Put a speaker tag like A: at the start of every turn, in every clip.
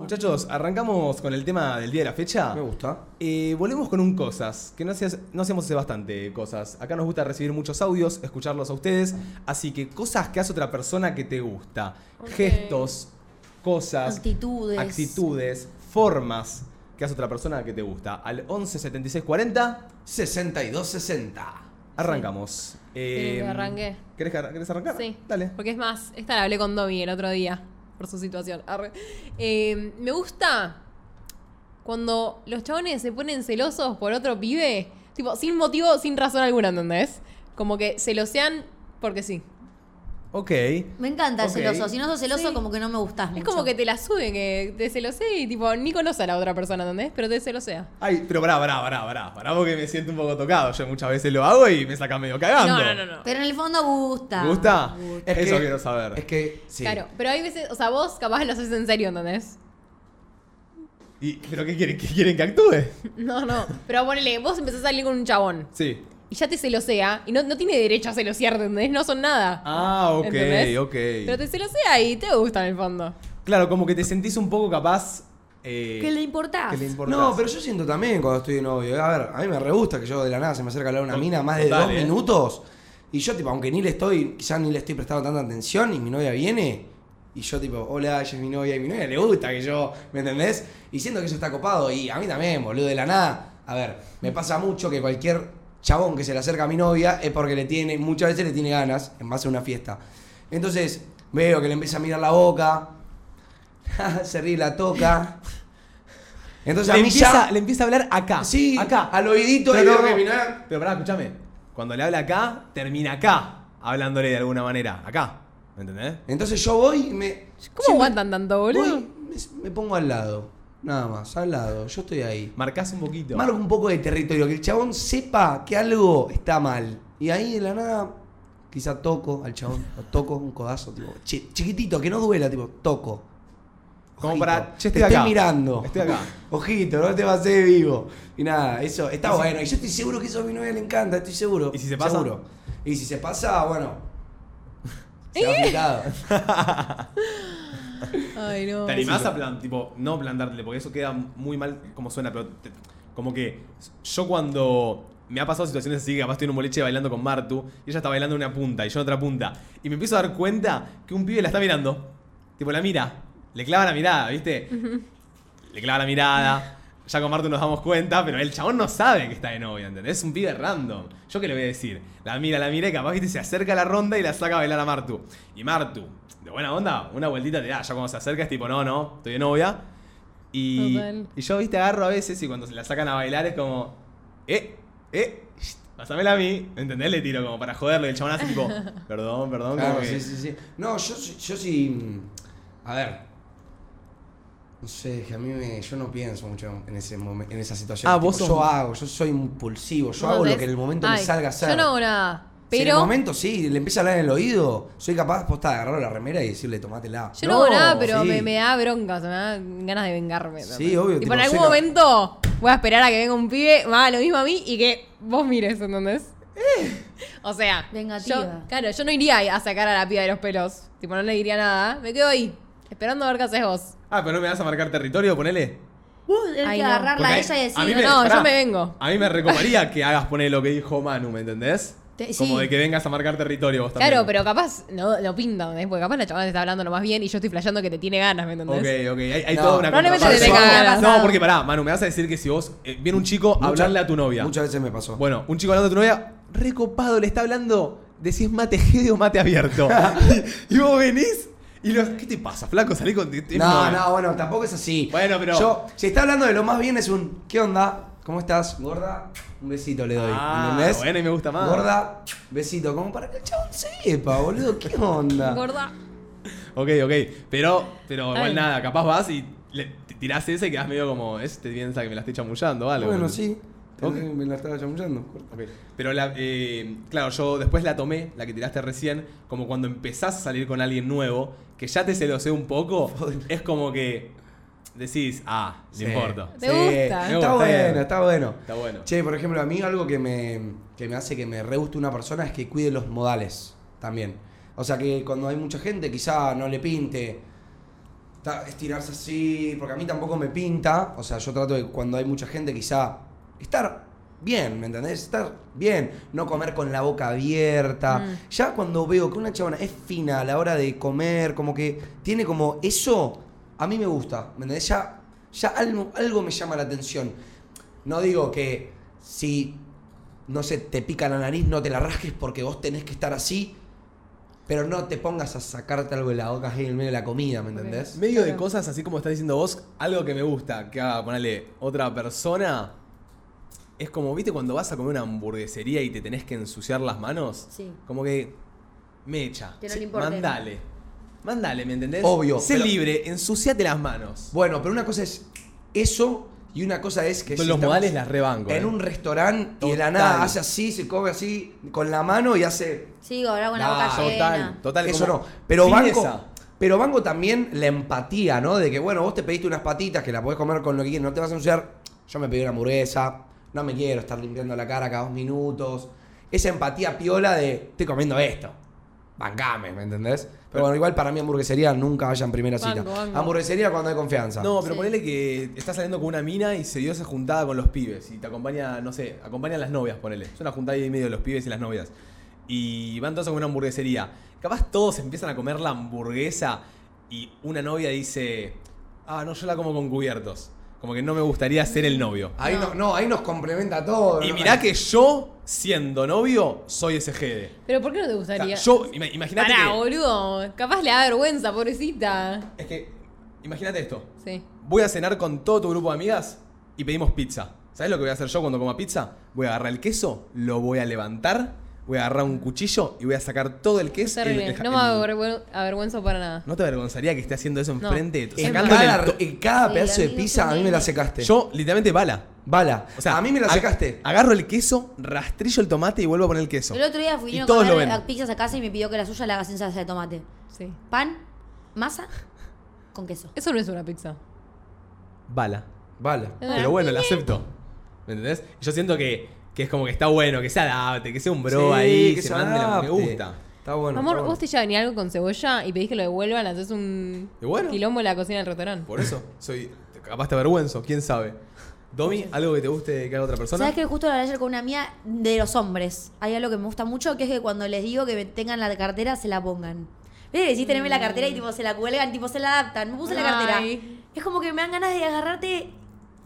A: Muchachos, arrancamos con el tema del día de la fecha.
B: Me gusta.
A: Eh, volvemos con un cosas, que no, hacías- no hacíamos hace bastante cosas. Acá nos gusta recibir muchos audios, escucharlos a ustedes. Así que cosas que hace otra persona que te gusta.
C: Ok.
A: Gestos, cosas,
C: Actitudes.
A: actitudes, formas que hace otra persona que te gusta. Al 11 76 40
B: 6260.
A: arrancamos. Eh,
C: arranqué.
A: ¿querés, que arran- querés arrancar?
C: Sí.
A: Dale.
C: Porque es más, esta la hablé con Domi el otro día por su situación. Arre. Eh, me gusta cuando los chabones se ponen celosos por otro pibe, tipo, sin motivo, sin razón alguna, ¿entendés? Como que celosean porque sí.
A: Ok.
D: Me encanta el
A: Ok.
D: celoso. Si no sos celoso,
C: Sí.
D: como que no me gustás mucho.
C: Es como que te la suben, que te celosea y tipo, ni conoce a la otra persona, ¿entendés? Pero te celosea.
A: Ay, pero pará, pará, pará, pará, pará, porque me siento un poco tocado. Yo muchas veces lo hago y me sacan medio cagando.
C: No, no, no, no.
D: Pero en el fondo gusta.
A: ¿Te gusta?
D: Gusta.
A: Eso quiero saber.
B: Es que, sí.
C: Claro, pero hay veces, o sea, vos capaz lo haces en serio, ¿entendés?
A: ¿Y, ¿Pero qué quieren? ¿Qué quieren que actúe?
C: No, no. Pero ponele, vos empezás a salir con un chabón
A: Sí.
C: y ya te celosea y no, no tiene derecho a celosear, ¿entendés? No son nada.
A: Ah, ok,
C: ¿Entendés?
A: ok.
C: Pero te celosea y te gusta en el fondo.
A: Claro, como que te sentís un poco capaz. eh,
D: Que le importás.
A: que le importás.
B: No, pero yo siento también cuando estoy de novio. A ver, a mí me re gusta que yo de la nada se me acerca a hablar una mina más de
A: Total,
B: dos
A: eh.
B: minutos. Y yo, tipo, aunque ni le estoy, quizás ni le estoy prestando tanta atención y mi novia viene. Y yo, tipo, hola, ella es mi novia y mi novia le gusta que yo, ¿me entendés? Y siento que eso está copado. Y a mí también, boludo, de la nada. A ver, me pasa mucho que cualquier chabón que se le acerca a mi novia es porque le tiene, muchas veces le tiene ganas en base a una fiesta. Entonces, veo que le empieza a mirar la boca. se ríe, y la toca. Entonces
A: le,
B: a mí
A: empieza,
B: ya...
A: le empieza a hablar acá.
B: Sí,
A: acá.
B: al oídito
A: Pero
B: y
A: no,
B: veo
A: no.
B: que mi novia-
A: Pero pará, escúchame. Cuando le habla acá, termina acá. Hablándole de alguna manera. Acá. ¿Me entendés?
B: Entonces yo voy y me.
C: ¿Cómo
B: siempre
C: aguantan tanto, boludo?
B: voy, me, me pongo al lado. Nada más, al lado. Yo estoy ahí.
A: Marcás un poquito.
B: Marco un poco de territorio, que el chabón sepa que algo está mal. Y ahí de la nada, quizá toco al chabón, o toco un codazo, tipo, chi- chiquitito, que no duela, tipo, toco.
A: Como
B: Ojito,
A: para, che,
B: te
A: estoy
B: estoy
A: acá.
B: mirando.
A: Estoy acá.
B: Ojito, no te vas a hacer vivo. Y nada, eso está bueno. Y yo estoy seguro que eso a mi novia le encanta, estoy seguro.
A: ¿Y si se pasa?
B: Seguro. Y si se pasa, bueno. Se va aplicado.
C: Ay, no.
A: ¿Te animás a plan, tipo, no plantártele? Porque eso queda muy mal como suena, pero te- como que yo cuando me ha pasado situaciones así, que capaz estoy en un boliche bailando con Martu, y ella está bailando en una punta y yo en otra punta, y me empiezo a dar cuenta que un pibe la está mirando, tipo la mira, le clava la mirada, ¿viste? Le clava la mirada. Ya con Martu nos damos cuenta, pero el chabón no sabe que está de novia, ¿entendés? Es un pibe random. ¿Yo qué le voy a decir? La mira, la mira y capaz viste, se acerca a la ronda y la saca a bailar a Martu. Y Martu, de buena onda, una vueltita te da. Ya cuando se acerca es tipo, no, no, estoy de novia. Y,
C: Total.
A: y yo, viste, agarro a veces y cuando se la sacan a bailar es como, eh, eh, shh, pásamela a mí. ¿Entendés? Le tiro como para joderlo y el chabón hace tipo, perdón, perdón.
B: Claro,
A: como que-
B: sí, sí, sí. No, yo, sí- yo sí. mm, A ver. No sé, que a mí me, yo no pienso mucho en ese momen- en esa situación.
A: Ah, vos
B: Tipo,
A: sos-
B: Yo hago, yo soy impulsivo, yo
C: Vos
B: hago lo
C: sabés-
B: que en el momento me
C: Ay,
B: salga a hacer.
C: Yo no hago nada.
B: Si en el
C: Pero.
B: momento sí, le empieza a hablar en el oído, soy capaz posta de agarrar la remera y decirle tomátela.
C: Yo no, hago nada, pero
B: sí.
C: me, me da bronca, o sea, me da ganas de vengarme.
B: Sí,
C: ¿entendés?
B: obvio,
C: Tipo,
B: tipo,
C: en algún
B: yo no-
C: momento voy a esperar a que venga un pibe, me haga lo mismo a mí y que vos mires, ¿entendés?
B: Eh.
C: O sea,
D: Vengativa.
C: yo- claro, yo no iría a sacar a la piba de los pelos. Tipo, no le diría nada. Me quedo ahí, esperando a ver qué haces vos.
A: Ah, pero no me vas a marcar territorio, ponele.
D: Uh, tenés
C: Ay,
D: que
C: no.
D: agarrarla a
A: Porque
D: ella y
A: a mí
D: decir.
A: me-
C: no, yo
A: pará,
C: me vengo.
A: A mí me recoparía que hagas poner lo que dijo Manu, ¿me entendés?
D: Te-
A: Como
D: sí.
A: de que vengas a marcar territorio vos también.
C: Claro, pero capaz no, no pinta, ¿entendés? Porque capaz la chavala te está hablando nomás bien y yo estoy flasheando que te tiene ganas, ¿me entendés?
A: Ok, ok, hay, hay
B: No.
A: toda una
C: Probablemente
A: contraparte.
C: te tenga ganas.
A: No, porque pará, Manu, me vas a decir que si vos eh, viene un chico a
B: Muchas-
A: hablarle a tu novia.
B: Muchas veces me pasó.
A: Bueno, un chico hablando a tu novia, recopado, le está hablando de si es mate gede o mate abierto. y, y vos venís y lo- ¿Qué te pasa, flaco? Salí con. tu- tu
B: No,
A: novia.
B: no, bueno, tampoco es así.
A: Bueno, pero-
B: Yo, si está hablando de lo más bien, es un. ¿Qué onda? ¿Cómo estás? Gorda, un besito le doy.
A: Ah,
B: ¿Entendés?
A: bueno, y me gusta más.
B: Gorda, besito. Como para que el chabón sepa, boludo. ¿Qué onda?
C: Gorda.
A: Ok, ok. Pero, pero igual
C: Ay.
A: nada, capaz vas y le te tirás ese y quedás medio como. Este piensa que me la estoy chamullando o algo.
B: Bueno, sí.
A: Ok.
B: Me la estaba chamullando.
A: Ok. Pero la, eh, claro, yo después la tomé, la que tiraste recién, como cuando empezás a salir con alguien nuevo, que ya te celosé un poco, es como que decís, ah, no
B: Sí.
A: importa.
C: Te gusta.
B: Está,
C: Me
A: gusta, está
B: bueno,
A: bien.
B: está bueno.
A: Está bueno.
B: Che, por ejemplo, a mí algo que me, que me hace que me re guste una persona es que cuide los modales también. O sea, que cuando hay mucha gente quizá no le pinte. ta- estirarse así, porque a mí tampoco me pinta. O sea, yo trato de cuando hay mucha gente, quizá estar bien, ¿me entendés? Estar bien, no comer con la boca abierta. Ya cuando veo que una chabona es fina a la hora de comer, como que tiene como eso, a mí me gusta, ¿me entendés? Ya, ya algo, algo me llama la atención. No digo que si, no sé, te pica la nariz, no te la rasques porque vos tenés que estar así. Pero no te pongas a sacarte algo de la boca ahí en el medio de la comida, ¿me entendés?
A: Medio de cosas, así como estás diciendo vos, algo que me gusta que haga, ponerle otra persona. Es como, viste, cuando vas a comer una hamburguesería y te tenés que ensuciar las manos.
D: Sí.
A: Como que. Me echa.
D: Que no le importe.
A: Mandale. Mandale, ¿me entendés?
B: Obvio,
A: Sé
B: pero-
A: libre, ensuciate las manos.
B: Bueno, pero una cosa es eso y una cosa es que
A: Con
B: si
A: los
B: estamos
A: modales las rebanco.
B: en
A: eh.
B: un restaurante y de la
A: Total.
B: nada hace así, se come así con la mano y hace
D: Sí, ahora con la boca
B: Nah,
D: llena.
A: Ah, Total, total.
B: eso
A: como
B: no. Pero
A: fineza.
B: banco, pero banco también la empatía, ¿no? De que bueno, vos te pediste unas patitas que la podés comer con lo que quieras, no te vas a ensuciar. Yo me pedí una hamburguesa, no me quiero estar limpiando la cara cada dos minutos. Esa empatía piola de estoy comiendo esto. Bancame, ¿me entendés? Pero bueno, igual para mí hamburguesería nunca vayan primera cita.
C: Banco, banco.
B: Hamburguesería cuando hay confianza.
A: No, pero
C: Sí.
A: ponele que estás saliendo con una mina y se dio esa juntada con los pibes. Y te acompaña, no sé, acompañan las novias, ponele. Es una juntada ahí en medio de los pibes y las novias. Y van todos a comer una hamburguesería. Capaz todos empiezan a comer la hamburguesa y una novia dice, ah, no, yo la como con cubiertos. Como que no me gustaría ser el novio.
B: Ahí no. no, ahí nos complementa todo.
A: Y
B: ¿no?
A: mirá que yo, siendo novio, soy ese jede.
C: Pero ¿por qué no te
A: O sea,
C: gustaría?
A: yo, ima- imagínate
C: Pará,
A: que-
C: boludo. Capaz le da vergüenza, pobrecita.
A: Es que, imagínate esto.
C: Sí.
A: Voy a cenar con todo tu grupo de amigas y pedimos pizza. ¿Sabes lo que voy a hacer yo cuando coma pizza? Voy a agarrar el queso, lo voy a levantar, voy a agarrar un cuchillo y voy a sacar todo el queso. el-
C: Terrible.
A: el-
C: no me
A: el-
C: avergüen- avergüenzo para nada.
A: ¿No te avergonzaría que esté haciendo eso
C: No.
A: enfrente?
B: En
A: Sacándole el
B: cada,
A: to-
B: en cada
D: Sí,
B: pedazo de
D: amigo,
B: pizza a mí me la secaste.
A: Yo, literalmente, bala.
B: Bala.
A: O sea,
B: a mí me la
A: ag-
B: secaste.
A: Agarro el queso, rastrillo el tomate y vuelvo a poner el queso.
D: El otro día fui
A: Y
D: a
A: todos lo
D: comer
A: ven.
D: a pizzas a casa y me pidió que la suya la haga sin salsa de tomate.
C: Sí.
D: Pan, masa, con queso.
C: Eso no es una pizza.
A: Bala.
B: Bala.
A: Pero bueno, lo acepto. ¿Me entendés? Yo siento que, que es como que está bueno, que se adapte, que sea un bro
B: Sí,
A: ahí, que se,
B: adapte.
A: mande lo que me gusta.
B: Está bueno.
C: Amor,
B: está bueno.
C: vos te ya venía algo con cebolla y pedís que lo devuelvan, haces un
A: Y bueno.
C: quilombo en la cocina del restaurante.
A: Por eso, soy capaz te avergüenzo, quién sabe. Domi, ¿algo que te guste que haga otra persona?
D: ¿Sabes que justo lo hablé ayer con una mía de los hombres? Hay algo que me gusta mucho, que es que cuando les digo que me tengan la cartera, se la pongan. ¿Ves? que Decís tenerme la cartera y tipo se la cuelgan, tipo se la adaptan. Me puse la cartera.
C: Ay.
D: Es como que me dan ganas de agarrarte y...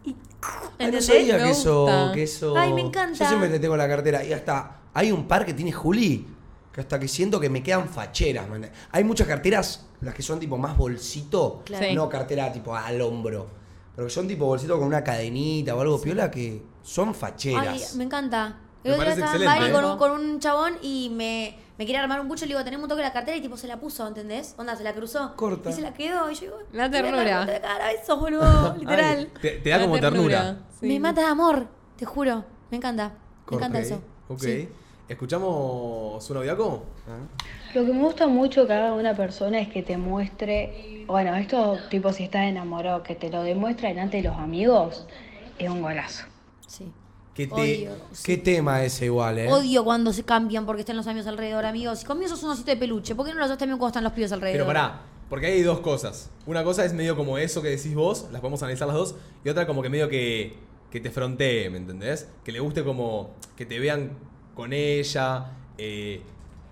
B: Ay, no
D: ¿Entendés?
B: sabía
C: Me
B: que eso,
C: gusta.
B: que eso.
D: Ay, me encanta.
B: Yo siempre te tengo la cartera. Y hasta hay un par que tiene Juli, que hasta que siento que me quedan facheras. man. Hay muchas carteras, las que son tipo más bolsito.
D: Claro.
C: Sí.
B: No cartera tipo al hombro. Pero que son tipo bolsito con una cadenita o algo piola que son
D: Ay,
B: facheras.
D: me encanta.
A: Me
D: El otro día
A: parece
D: estaba en
A: excelente,
D: Bali
A: ¿eh?
D: con, un- con un chabón y me, me quería armar un pucho y le digo, tenemos un toque de la cartera y tipo se la puso, ¿entendés? Onda, se la cruzó.
B: Corta.
D: Y se la quedó. Y yo digo,
C: Me da
D: "Te voy a
C: ternura".
D: dar de cara, besos, boludo, literal.
A: Ay, te, te da como ternura.
C: Sí.
D: Me mata de amor, te juro. Me encanta. Me encanta
A: Ok,
D: eso.
A: Ok.
D: Sí.
A: ¿Escuchamos un audiaco?
E: Lo que me gusta mucho que haga una persona es que te muestre, bueno, esto tipo si estás enamorado, que te lo demuestra delante de los amigos, es un golazo.
D: Sí.
A: Que te.
D: Odio.
B: Qué tema ese igual, eh.
D: Odio cuando se cambian porque están los amigos alrededor, amigos. Si conmigo sos un osito de peluche, ¿por qué no los dos también cuando están los pibes alrededor?
A: Pero pará, porque hay dos cosas. Una cosa es medio como eso que decís vos, las podemos analizar las dos, y otra como que medio que, que te frontee, ¿me entendés? Que le guste como que te vean con ella, eh,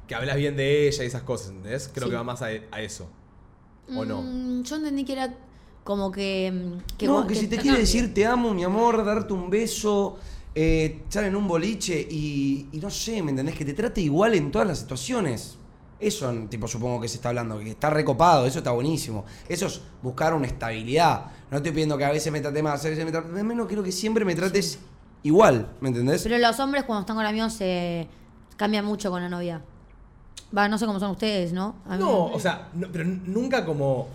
A: que hablas bien de ella y esas cosas, ¿entendés? Creo
D: Sí.
A: que va más a, a eso. ¿O no?
D: Mm, yo entendí que era como que. mm,
B: no,
D: vos-
B: que si te quiere decir te amo, mi amor, darte un beso, eh, estar en un boliche y, y no sé, ¿me entendés? Que te trate igual en todas las situaciones. Eso, tipo, supongo que se está hablando, que está recopado, eso está buenísimo. Eso es buscar una estabilidad. No estoy pidiendo que a veces me trate más, a veces me trate menos, quiero que siempre me trates igual, ¿me entendés?
D: Pero los hombres cuando están con amigos se cambian mucho con la novia. Va, no sé cómo son ustedes, ¿no? A mí-
A: No, o sea, no- pero nunca como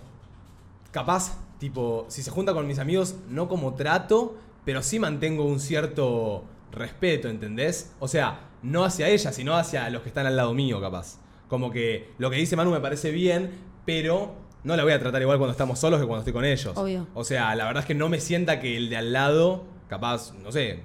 A: capaz, tipo, si se junta con mis amigos, no como trato, pero sí mantengo un cierto respeto, ¿entendés? O sea, no hacia ella, sino hacia los que están al lado mío, capaz. Como que lo que dice Manu me parece bien, pero no la voy a tratar igual cuando estamos solos que cuando estoy con ellos.
D: Obvio.
A: O sea, la verdad es que no me sienta que el de al lado, capaz, no sé,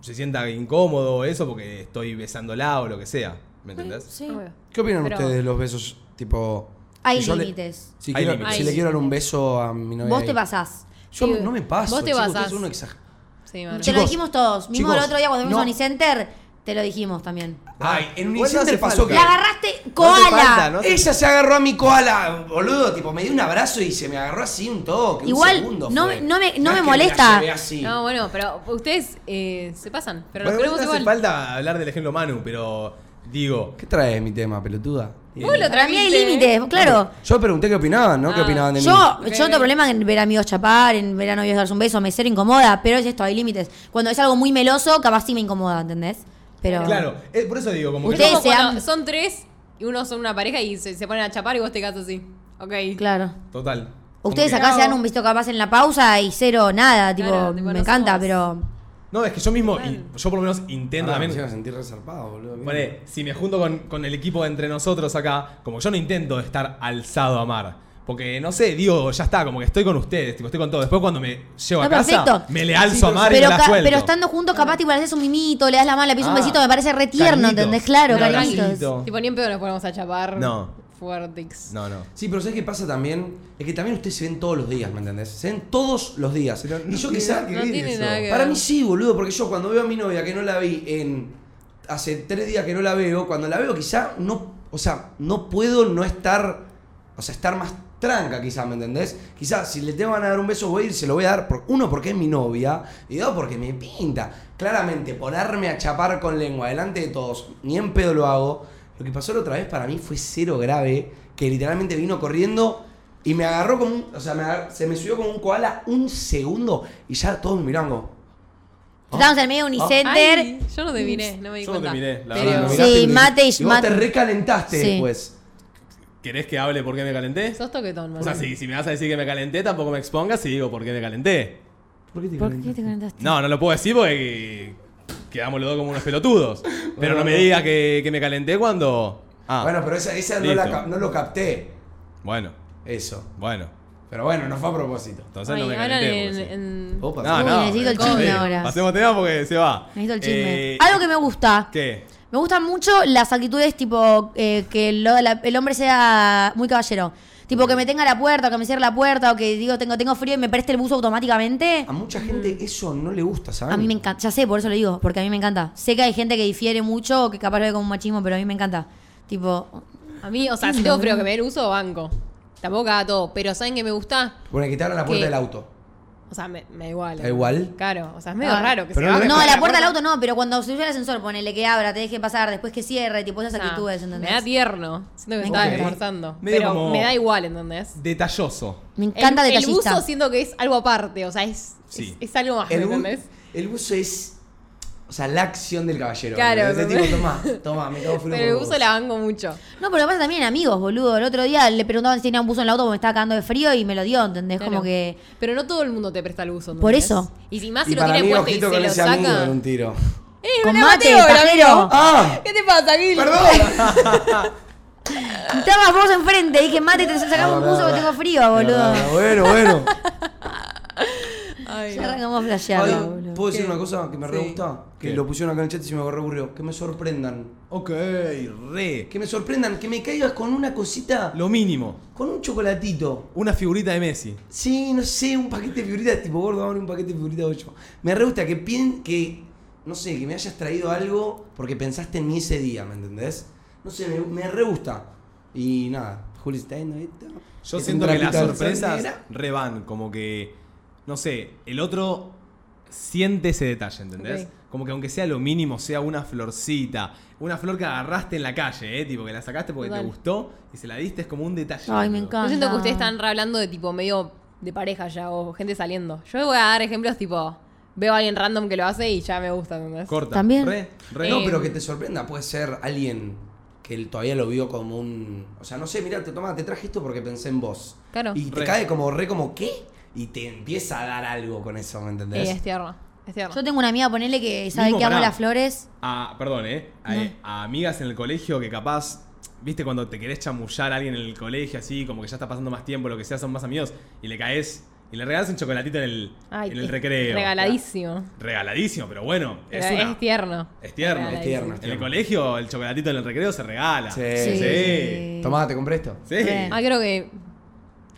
A: se sienta incómodo o eso porque estoy besándola o lo que sea. ¿Me entendés?
D: Sí.
C: Obvio.
B: ¿Qué opinan
C: Pero-
B: ustedes de los besos, tipo,
D: Hay
B: Si yo le-
D: límites.
B: Si,
A: Hay
B: quiero-
A: límites.
B: si
C: Hay
B: le quiero dar un beso a mi novia.
D: Vos
B: ahí.
D: te pasás.
B: Yo
C: Sí.
B: no me paso.
C: Vos te
B: chicos,
C: pasás.
B: ustedes son unos exager-
C: Sí, mano.
D: te
B: Chicos,
D: lo dijimos todos. Mismo
B: chicos,
D: el otro día cuando fuimos
B: no.
D: a Unicenter, te lo dijimos también.
B: Ay, en un
F: Vos no
B: instante
F: hace
B: pasó
F: falta.
B: que.
D: La agarraste
F: No hace
D: koala.
F: falta, ¿no?
B: Ella se agarró a mi koala, boludo. Tipo, me dio un abrazo y se me agarró así un toque.
D: Igual,
B: un segundo
D: no
B: fue.
D: me- no me- no
B: es
D: me
B: que
D: molesta.
B: la llevé así.
C: No, bueno, pero ustedes eh, se pasan. Pero los
A: Bueno, no
C: queremos
A: hace
C: igual.
A: falta hablar del ejemplo Manu, pero digo,
B: ¿Qué traes mi tema, pelotuda?
C: Vos lo
D: Para mí hay
C: trajiste, ¿eh?
D: límites, claro.
B: Yo pregunté qué opinaban, ¿no? ¿Qué
C: Ah.
B: opinaban de mí?
D: Yo,
C: Ok,
D: yo no
C: bien.
D: tengo problema en ver amigos chapar, en ver a novios darse un beso, me ser incomoda, pero es esto, hay límites. Cuando es algo muy meloso, capaz sí me incomoda, ¿entendés? Pero.
A: claro, es- por eso digo, como que
C: Es como
D: Ustedes se
C: cuando
D: aman.
C: son tres y uno son una pareja y se, se ponen a chapar y vos te quedas así. Ok.
D: Claro.
A: total.
D: Ustedes
A: Como
D: acá se dan
C: No.
D: un visto capaz en la pausa y cero nada, tipo,
C: Claro, tipo,
D: me
C: no
D: encanta,
C: somos-
D: pero.
A: que- no, es que yo mismo, y yo por lo menos intento
B: Ah, me
A: también.
B: hicieron sentir resarpado, boludo. bien.
A: Ponele, si me junto con, con el equipo de entre nosotros acá, como yo no intento estar alzado a mar. Porque no sé, digo, ya está, como que estoy con ustedes, tipo, estoy con todo. Después cuando me llevo a
D: Está
A: casa,
D: perfecto.
A: me le alzo a mar y
D: Pero,
A: me la
D: ca-
A: suelto.
D: pero estando juntos, capaz tipo, le haces un mimito, le das la mano, le pides un
A: Ah.
D: besito, me parece re tierno,
A: Cariñitos.
D: ¿entendés? Claro,
A: Un abracito.
D: cariñitos.
C: Tipo, ni en pedo nos ponemos a chapar.
A: No.
C: Fuertix.
A: No, no.
B: Sí, pero ¿sabes qué pasa también? Es que también ustedes se ven todos los días, ¿me entendés? Se ven todos los días. y yo quizá...
C: No tiene nada que
B: Para
C: ver.
B: mí sí, boludo, porque yo cuando veo a mi novia que no la vi en. Hace tres días que no la veo, cuando la veo quizá no. O sea, no puedo no estar. O sea, estar más tranca, quizá, ¿me entendés? Quizá si le tengo ganas de dar un beso, voy a ir, se lo voy a dar. Por, uno, porque es mi novia. Y dos, porque me pinta. Claramente, ponerme a chapar con lengua delante de todos, ni en pedo lo hago. Lo que pasó la otra vez para mí fue cero grave, que literalmente vino corriendo. Y me agarró como un. O sea, me agar- se me subió como un koala un segundo. Y ya todos me miraban como.
D: Estamos en el medio de
A: Ah.
D: Unicenter.
C: Ay, yo no te miré, no me di
A: Yo no
C: cuenta.
A: te miré, la
C: Pero-
A: verdad, no
D: Sí, mate y
B: y vos te
D: mate.
B: recalentaste
D: Sí.
B: después.
A: ¿Querés que hable por qué me calenté?
C: Sos toquetón, man.
A: O sea, si, si me vas a decir que me calenté, tampoco me expongas y digo por qué me calenté.
B: ¿Por qué te
D: ¿Por qué te calentaste?
A: No, no lo puedo decir porque quedamos los dos como unos pelotudos. Pero no me digas que, que me calenté cuando. Ah,
B: Bueno, pero esa, esa no,
A: Listo.
B: la cap- no lo capté.
A: bueno,
B: Eso.
A: bueno.
B: Pero bueno, no fue a propósito.
A: Entonces no
C: Ay,
A: me
C: hablan
A: calenté.
C: en,
A: porque sí.
C: en-
B: Opa,
A: No,
D: Uy,
A: no,
D: necesito el
A: eh,
D: chisme
A: sí.
D: ahora.
A: Pasemos tema porque se va.
D: Necesito el chisme.
A: Eh,
D: Algo que me gusta.
A: ¿Qué?
D: Me gustan mucho las actitudes tipo eh, que lo- la- el hombre sea muy caballero. Tipo que me tenga la puerta, o que me cierre la puerta, o que digo tengo, tengo frío y me preste el buzo automáticamente.
B: A mucha gente
C: Mm.
B: eso no le gusta, ¿sabes?
D: A mí me encanta, ya sé, por eso lo digo, porque a mí me encanta. Sé que hay gente que difiere mucho o que capaz lo ve como un machismo, pero a mí me encanta. Tipo,
C: A mí, o sea, si tengo frío que me den uso, banco. Tampoco haga todo. Pero ¿saben que me gusta?
B: Bueno, que te abran la puerta
C: ¿Qué?
B: del auto.
C: O sea, me, me da igual.
B: ¿Da igual?
C: Claro, o sea, es medio
D: Ah.
C: raro que
B: Pero
C: se
B: no
C: baje
B: le-
D: no,
C: por
D: la puerta del auto no, pero cuando se sube el ascensor, ponele que abra, te deje pasar, después que cierre, tipo esas
C: O sea,
D: actitudes,
C: Ah, Me da
D: ¿entendés? Me,
C: tierno. Siento que me
D: Me
C: estaba
D: encanta.
C: esforzando.
A: Medio
C: Pero
A: como-
C: me da igual, ¿entendés?
A: Detalloso.
D: encanta
C: el,
D: detallista.
C: El buzo siento que es algo aparte, o sea, es,
A: Sí.
C: es, es algo más, ¿me
B: El, bu-
C: entendés?
B: el buzo es. O sea, la acción del caballero.
C: Claro,
B: ¿entendés? Es
C: ¿entendés?
B: tipo, toma, toma, me cago frío.
C: Pero el
B: por
C: buzo
B: vos.
C: la banco mucho.
D: No, pero pasa también en amigos, boludo. El otro día le preguntaban si tenía un buzo en el auto porque me estaba cagando de frío y me lo dio, ¿entendés?
C: Claro.
D: Como que.
C: Pero no todo el mundo te presta el buzo, ¿entendés?
D: Por eso.
C: Y si más si
B: Y
C: lo
B: para
C: tiene
B: mí,
C: puesto y
B: ojito
C: se
B: con
C: lo
B: ese amigo
C: saca.
B: en un tiro.
C: ¡Eh,
D: Con
C: no la
D: mate,
C: mateo, la
D: pajero!
C: veo!
B: ¡Ah!
C: ¿Qué te pasa, Gil?
B: ¡Perdón!
D: Estabas vos enfrente, dije, mate, te sacamos un
B: Ahora,
D: buzo que
B: ahora.
D: tengo frío, boludo.
B: Ah, bueno, bueno.
C: Ay,
D: Ya
C: no.
D: arrancamos a
B: Ay,
D: flashearla, boludo.
B: ¿Puedo decir una cosa que me re
C: Sí.
B: gusta? Que
A: ¿Qué?
B: lo pusieron acá en el chat y se me re aburrió. Que me sorprendan.
A: Ok, re.
B: Que me sorprendan. Que me caigas con una cosita.
A: Lo mínimo.
B: Con un chocolatito.
A: Una figurita de Messi.
B: Sí, no sé, un paquete de figuritas. Tipo, gordo, dame un paquete de figuritas 8. Me re gusta que pien... Que, no sé, que me hayas traído algo porque pensaste en mí ese día, ¿me entendés? No sé, me, me re gusta. Y nada. Juli, ¿está viendo esto?
A: Yo
B: Es un
A: siento que las
B: trapito al sol,
A: sorpresas
B: negra.
A: revan, como que, no sé, el otro siente ese detalle, ¿entendés?
C: Ok.
A: Como que aunque sea lo mínimo, sea una florcita, una flor que agarraste en la calle, ¿eh? Tipo, que la sacaste porque
C: Total.
A: te gustó y se la diste, es como un detalle.
D: Ay, me
A: boludo.
D: encanta.
C: Yo siento que ustedes están re hablando de tipo medio de pareja ya o gente saliendo. Yo voy a dar ejemplos tipo, veo a alguien random que lo hace y ya me gusta, ¿entendés?
A: Corta.
D: También.
A: Re, re.
B: No,
C: Eh,
D: Em.
B: pero que te sorprenda, puede ser alguien que él todavía lo vio como un. O sea, no sé, mirá, te toma, te traje esto porque pensé en vos.
C: Claro.
B: Y te
A: Re.
B: cae como re como ¿qué? Y te empieza a dar algo con eso, ¿me entendés?
C: Eh, es tierno, es tierno.
D: Yo tengo una amiga, ponele que sabe
A: Mismo
D: que amo
A: pará.
D: las flores.
A: A- perdón, ¿eh? A, a amigas en el colegio que capaz, viste, cuando te querés chamullar a alguien en el colegio, así, como que ya está pasando más tiempo, lo que sea, son más amigos, y le caes Y le regalas un chocolatito en el,
C: Ay,
A: en el
C: es
A: recreo.
C: Regaladísimo.
A: Regaladísimo, pero bueno,
C: Pero
A: es,
C: Es,
A: una-
C: tierno.
A: es tierno.
C: Es
B: tierno.
A: En el colegio, el chocolatito en el recreo se regala.
B: Sí.
A: Sí. Sí.
B: Tomá, te compré esto.
D: Re.
C: Ah, creo que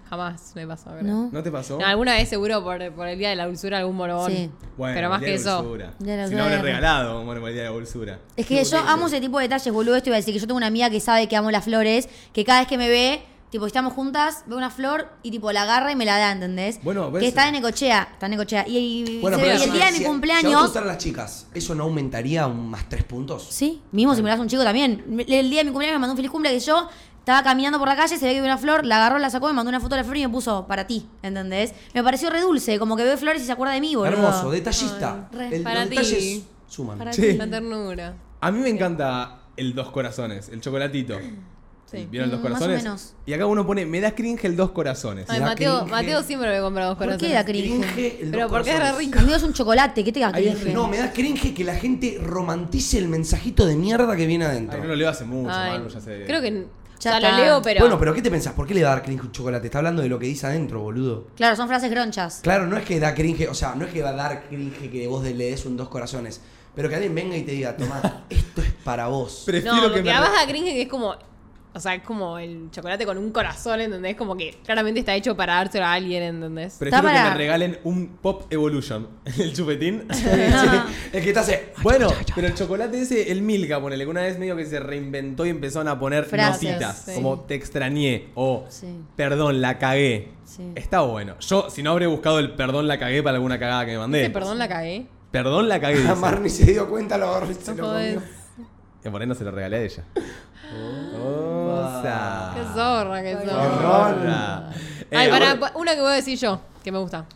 C: jamás me pasó. creo.
D: ¿No?
A: ¿No te pasó?
C: No, Alguna vez seguro por, por el día de la dulzura algún morón.
D: Sí.
A: Bueno,
C: pero más
A: el día
C: que
A: de
C: eso.
A: dulzura.
D: Día de
A: Si
D: dulzura
A: no habré
D: de-
A: regalado, bueno, por el día de la dulzura.
D: Es que yo amo ese tipo de detalles, boludo. Esto iba a decir que yo tengo una amiga que sabe que amo las flores, que cada vez que me ve, tipo, estamos juntas, ve una flor y tipo la agarra y me la da, ¿entendés?
A: Bueno, ves- eh.
D: que está en Ecochea, está en Ecochea. Y, y- se- y
B: si-
D: el día de
B: si-
D: mi
B: Si a vos te
D: cumpleaños.
B: gustaran las chicas, ¿eso no aumentaría un más tres puntos?
D: Sí, mismo si me lo hace un chico también. Me- El día de mi cumpleaños me mandó un feliz cumple que yo estaba caminando por la calle, se ve que vi una flor, la agarró, la sacó, me mandó una foto de la flor y me puso para ti, ¿entendés? Me pareció re dulce, como que ve flores y se acuerda de mí, boludo.
B: Hermoso, detallista.
D: Ay, re-
B: El-
C: para
B: los
C: ti.
B: detalles suman.
D: Para
A: Che.
D: ti.
C: La ternura.
A: A mí me encanta el dos corazones, el chocolatito.
C: Sí.
A: ¿Vieron el dos
D: Mm, más o
A: corazones?
D: menos.
A: Y acá uno pone, me da cringe el dos corazones.
C: Ay,
B: da
C: Mateo,
B: cringe.
C: Mateo siempre me compra dos
D: ¿Por
C: corazones.
D: qué da cringe?
B: Cringe, el
C: Pero
B: dos
C: porque es re
B: corazones.
C: rico.
D: Conmigo es un chocolate, ¿qué te da
A: Ahí es
D: cringe?
B: No, me da cringe que la gente romantice el mensajito de mierda que viene adentro.
A: Ay, no lo leo hace mucho,
C: Ay,
A: Manu, ya sé.
C: Creo que. n-
D: Ya
C: Ya lo
D: está.
C: leo, pero.
B: Bueno, pero ¿qué te pensás? ¿Por qué le va a dar cringe un chocolate? Está hablando de lo que dice adentro, boludo.
D: Claro, son frases gronchas.
B: Claro, no es que da cringe, o sea, no es que va a dar cringe que vos le des un dos corazones, pero que alguien venga y te diga, tomá, esto es para vos.
A: Prefiero
C: no,
A: que
C: porque
A: me...
C: además da cringe que es como. O sea, es como el chocolate con un corazón, ¿entendés? Como que claramente está hecho para dárselo a alguien, ¿entendés?
A: Prefiero
D: Está
A: que me
D: para-
A: regalen un Pop Evolution. El chupetín.
B: El que te hace,
C: Ah,
B: "Ah,
A: bueno, pero el chocolate ese, el Milka, ponele, que una vez medio que se reinventó y empezaron a poner
D: Frases,
A: notitas.
C: sí.
A: Como te extrañé o
D: Sí.
A: perdón, la cagué.
D: Sí.
A: Está bueno. Yo, si no habré buscado el perdón, la cagué para alguna cagada que me mandé.
C: Este, perdón, la cagué.
A: Perdón, la cagué. dice.
B: Marnie se dio cuenta, lo agarró y se
C: No
B: lo
C: podés.
B: comió.
A: Y por ahí no se lo regalé a ella. Osa.
C: Qué zorra,
A: Ah.
C: qué zorra.
A: Zorra. Eh,
C: Ay, pará,
A: ahora-
C: pa- una que voy a decir yo, que me gusta.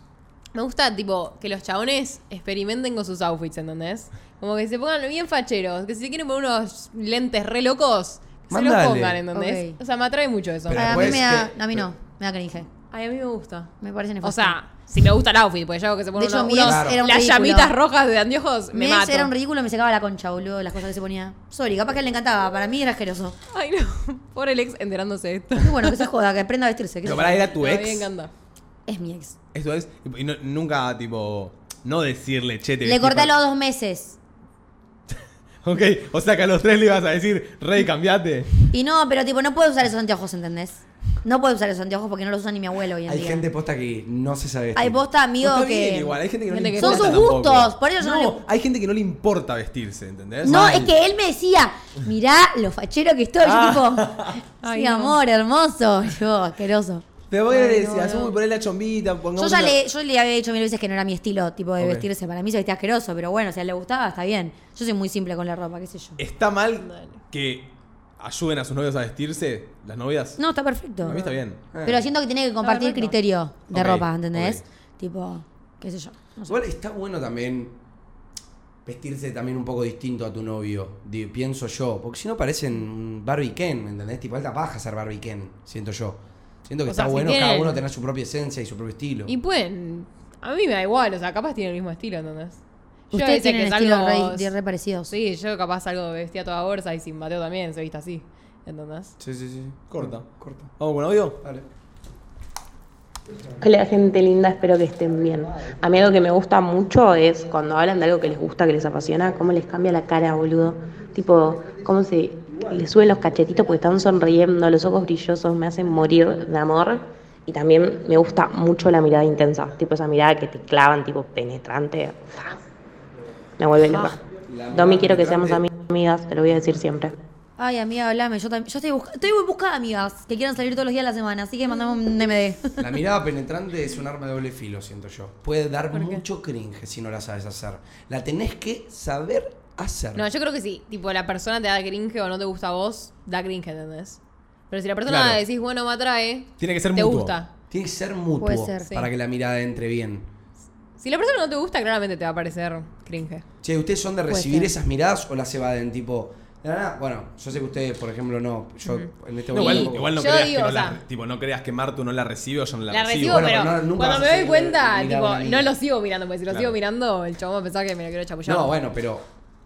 C: Me gusta, tipo, que los chabones experimenten con sus outfits, ¿entendés? Como que se pongan bien facheros, que si se quieren poner unos lentes re locos, que se los
B: Mandale.
C: pongan, ¿entendés?
D: Ok.
C: O sea, me atrae mucho eso.
B: Pero
D: Ay, a mí
B: después
D: me da,
B: que-
D: a mí no, me da cringe.
C: Ay, a mí me gusta.
D: Me parece nefasto.
C: O sea, si me gusta el outfit, porque yo hago que se ponen
D: De hecho,
C: unos-
D: Mies
C: unos-
D: era un
C: las
D: ridículo.
C: llamitas rojas de anteojos, me
D: me
C: mato.
D: era un ridículo, me secaba la concha, boludo, las cosas que se ponía. Sorry, capaz que a él le encantaba, para mí era asqueroso.
C: Ay, no. Por el ex enterándose de esto.
D: Qué bueno, que se joda, que aprenda a vestirse. qué
A: Pero
D: sé yo.
A: pará, era tu
C: A mí me
A: ex.
C: encanta.
D: Es mi ex.
A: Esto es. Y no- nunca, tipo. No decirle, che, te
D: Le
A: vestí
D: corté a
A: pa-
D: los dos meses.
A: Ok, o sea que a los tres le ibas a decir, rey, cambiate.
D: Y no, pero tipo, no puedo usar esos anteojos, ¿entendés? No puedo usar esos anteojos porque no los usa ni mi abuelo hoy en
B: Hay
D: día.
B: gente posta que no se sabe.
D: Hay
B: vestir.
D: posta, amigo,
A: No, está
D: que.
A: bien,
C: ¿eh?
A: igual, hay gente que no
C: Gente
A: le
C: que
A: importa
D: Son sus
A: tampoco.
D: gustos, por eso yo no le-
A: hay gente que no le importa vestirse, ¿entendés?
D: No,
A: Mal.
D: es que él me decía, mirá lo fachero que estoy. Yo tipo,
C: Ah. Ay,
D: sí,
C: no.
D: amor, hermoso. Yo, asqueroso.
A: Pero vos le
C: Ay, no,
A: decías,
C: no.
A: uy, poné la chombita, pongamos.
D: Yo ya
A: una-
D: le, yo le había dicho mil veces que no era mi estilo, tipo, de
A: Ok.
D: vestirse. Para mí se vestía asqueroso, pero bueno, si a él le gustaba, está bien. Yo soy muy simple con la ropa, qué sé yo.
A: ¿Está mal
C: Dale.
A: que ayuden a sus novios a vestirse? ¿Las novias?
D: No, está perfecto.
A: A mí está bien.
D: Pero siento que tiene que compartir
C: perfecto.
D: criterio de
A: Ok,
D: ropa, ¿entendés?
A: ok.
D: Tipo, qué sé yo. no sé.
B: Igual está bueno también vestirse también un poco distinto a tu novio, di- pienso yo. Porque si no parecen un Barbie Ken, ¿me entendés? Tipo, alta baja ser Barbie Ken, siento yo. Siento que
C: O
B: está
C: sea, si
B: bueno
C: tienen-
B: cada uno tener su propia esencia y su propio estilo.
C: Y pueden. A mí me da igual, o sea, capaz tiene el mismo estilo, ¿entendés? Yo a
D: Ustedes
C: veces
D: tienen estilos
C: salgo-
D: re, de re parecidos.
C: Sí, yo capaz salgo vestida toda bolsa y sin Mateo también se viste así. ¿Entendés?
B: Sí, sí, sí.
A: Corta.
B: Corta.
A: ¿Vamos con audio?
B: Dale.
F: Hola gente linda, espero que estén bien. A mí algo que me gusta mucho es cuando hablan de algo que les gusta, que les apasiona, cómo les cambia la cara, boludo. Tipo, cómo se les suben los cachetitos porque están sonriendo, los ojos brillosos, me hacen morir de amor. Y también me gusta mucho la mirada intensa, tipo esa mirada que te clavan, tipo penetrante. Fa. Me vuelve loca. Domi, quiero que seamos ami- amigas, te lo voy a decir siempre.
D: Ay, amiga, hablame. Yo, tam- yo estoy, busca- estoy en busca de amigas que quieran salir todos los días de la semana, así que mandame un
A: Mm.
D: MD.
B: La mirada penetrante es un arma de doble filo, siento yo. Puede dar mucho cringe si no la sabes hacer. La tenés que saber hacer.
C: No, yo creo que sí. Tipo, la persona te da cringe o no te gusta a vos, da cringe, ¿entendés? Pero si la persona
A: Claro.
C: decís, bueno, me atrae,
A: Tiene que ser
C: te
A: mutuo.
C: gusta.
B: Tiene que ser mutuo
D: Puede ser,
C: sí.
B: para que la mirada entre bien.
C: Si la persona no te gusta, claramente te va a parecer cringe.
B: Che, ¿ustedes son de
D: Puede
B: recibir
D: ser.
B: esas miradas o las evaden? Tipo, de la nada, bueno, yo sé que ustedes, por ejemplo, no. Yo en este
A: No,
B: momento.
A: igual,
C: Y-
A: igual no
C: yo
A: creas
C: digo,
A: que no
C: o
A: la-
C: sea-
A: tipo, no creas que Martu no la recibe o yo no la,
C: La recibo,
B: Bueno,
C: pero
B: pero no- nunca vas
C: cuando
B: a
C: me doy
B: seguir
C: cuenta,
B: mirando
C: tipo,
B: a mí.
C: no lo sigo mirando, porque si lo
A: Claro.
C: sigo mirando, el chabón va a pensar que me lo quiero chapullar.
B: No, bueno, pero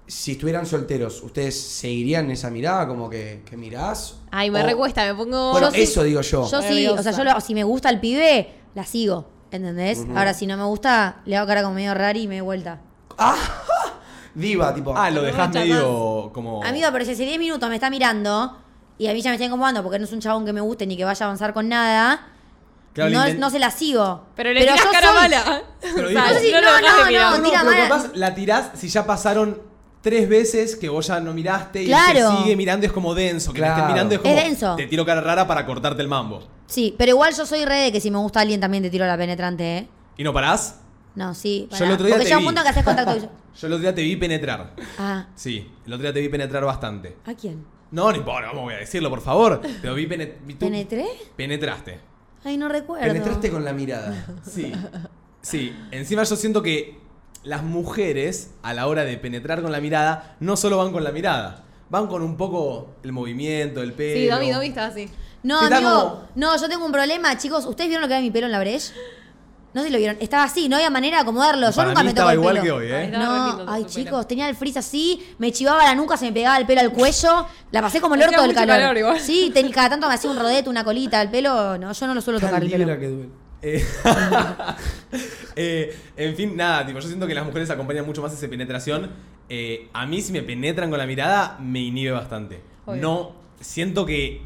B: si estuvieran solteros, ¿ustedes seguirían esa mirada como que, que mirás?
C: Ay, me
B: O-
C: recuesta, me pongo.
B: Oh. Bueno,
C: Yo sí-
B: eso digo yo.
D: Yo sí, o sea, yo lo- si me gusta el pibe, la sigo. ¿Entendés? Ahora, si no me gusta, le hago cara como medio rara y me doy vuelta.
B: Diva, tipo.
A: Ah, lo
C: No
A: dejás
C: mancha
A: medio como.
D: Amigo, pero si hace 10 minutos me está mirando y a mí ya me está incomodando porque no es un chabón que me guste ni que vaya a avanzar con nada,
A: Claro, le
D: no,
A: intent-
D: no se la sigo.
C: Pero le tirás
D: yo
C: cara
D: soy-
C: mala.
A: Pero
C: O sea,
A: digo-
D: Yo sí,
C: no, lo
D: no,
C: dejas de
D: no,
C: mirar.
A: No, Ah, no,
D: tira
A: pero
D: mal.
A: capaz la tirás si ya pasaron tres veces que vos ya no miraste y
D: Claro.
A: te sigue mirando, es como denso. Que te
B: Claro.
A: estén mirando es como.
D: Es denso.
A: Te tiro cara rara para cortarte el mambo.
D: Sí, pero igual yo soy re de que si me gusta alguien también te tiro la penetrante, ¿eh?
A: ¿Y no parás?
D: No, sí.
A: Yo
D: pará.
A: el otro día
D: porque
A: te
D: llega un
A: vi.
D: punto en que haces contacto. y yo-
A: Yo el otro día te vi penetrar.
D: Ah,
A: Sí, el otro día te vi penetrar bastante.
D: ¿a quién?
A: No, no importa, ¿cómo voy a decirlo, por favor? Te vi penet- vi tú-
D: ¿Penetré?
A: Penetraste.
D: Ay, no recuerdo.
B: Penetraste con la mirada.
A: Sí. Sí, encima yo siento que las mujeres, a la hora de penetrar con la mirada, no solo van con la mirada, van con un poco el movimiento, el pelo.
C: Sí, Domi, Domi está así.
D: No,
A: Está
D: amigo,
A: como-
D: no, yo tengo un problema, chicos. ¿Ustedes vieron lo que era mi pelo en la breche? No sé si lo vieron. Estaba así, no había manera de acomodarlo. Yo
A: Para
D: nunca
A: mí
D: me toco
A: estaba
D: el
A: igual
D: pelo.
A: que hoy, ¿eh?
C: Estaba re lindo
D: No,
C: tu
D: ay,
C: pelo.
D: chicos, tenía el frizz así, me chivaba la nuca, se me pegaba el pelo al cuello, la pasé como el
C: Hacía
D: orto del
C: mucho
D: calor.
C: calor igual.
D: Sí, ten- cada tanto me hacía un rodete, una colita, el pelo, no, yo no lo suelo
B: Tan
D: tocar el
B: libra
D: pelo.
B: que duele.
A: Eh, eh, en fin, nada, tipo, yo siento que las mujeres acompañan mucho más esa penetración. Eh, a mí, si me penetran con la mirada, me inhibe bastante.
C: Obvio.
A: No, siento que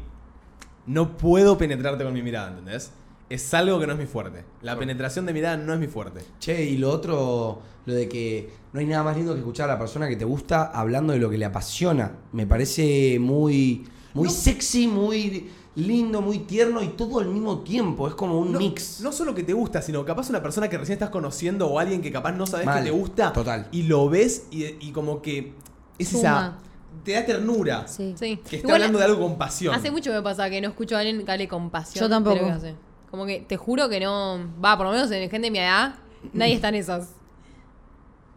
A: no puedo penetrarte con mi mirada, ¿entendés? Es algo que no es mi fuerte. La penetración de mirada no es mi fuerte.
B: Che, y lo otro, lo de que no hay nada más lindo que escuchar a la persona que te gusta hablando de lo que le apasiona. Me parece muy, muy sexy, muy lindo, muy tierno y todo al mismo tiempo. Es como un
A: no,
B: mix.
A: No solo que te gusta, sino capaz una persona que recién estás conociendo o alguien que capaz no sabes
B: Mal,
A: que te gusta.
B: total.
A: Y lo ves y, y como que es
D: Suma.
A: esa. Te da ternura.
D: Sí.
C: Sí.
A: Que está
C: Igual, eh,
A: hablando de algo con pasión.
C: Hace mucho me pasa que no escucho a alguien que hable con pasión.
D: Yo tampoco.
C: de lo que hace. Como que te juro que no. Va, por lo menos en gente de mi edad, nadie está en esas.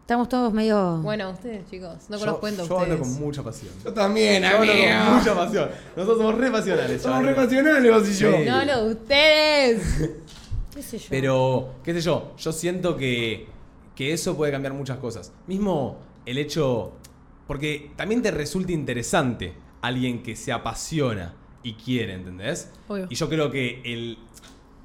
D: Estamos todos medio.
C: Bueno, ustedes, chicos, no
A: Yo-
C: conozco cuento a
A: Yo hablo
C: ustedes.
A: con mucha pasión.
B: Yo también,
A: Yo hablo con
B: amigo.
A: mucha pasión. Nosotros somos re pasionales.
B: Somos
A: chavales.
B: re pasionales vos y yo.
A: Sí.
C: No hablo de ustedes.
D: ¿Qué sé yo?
A: Pero, qué sé yo, yo siento que, que eso puede cambiar muchas cosas. Mismo el hecho, porque también te resulta interesante alguien que se apasiona y quiere, ¿entendés?
C: Obvio.
A: Y yo creo que el,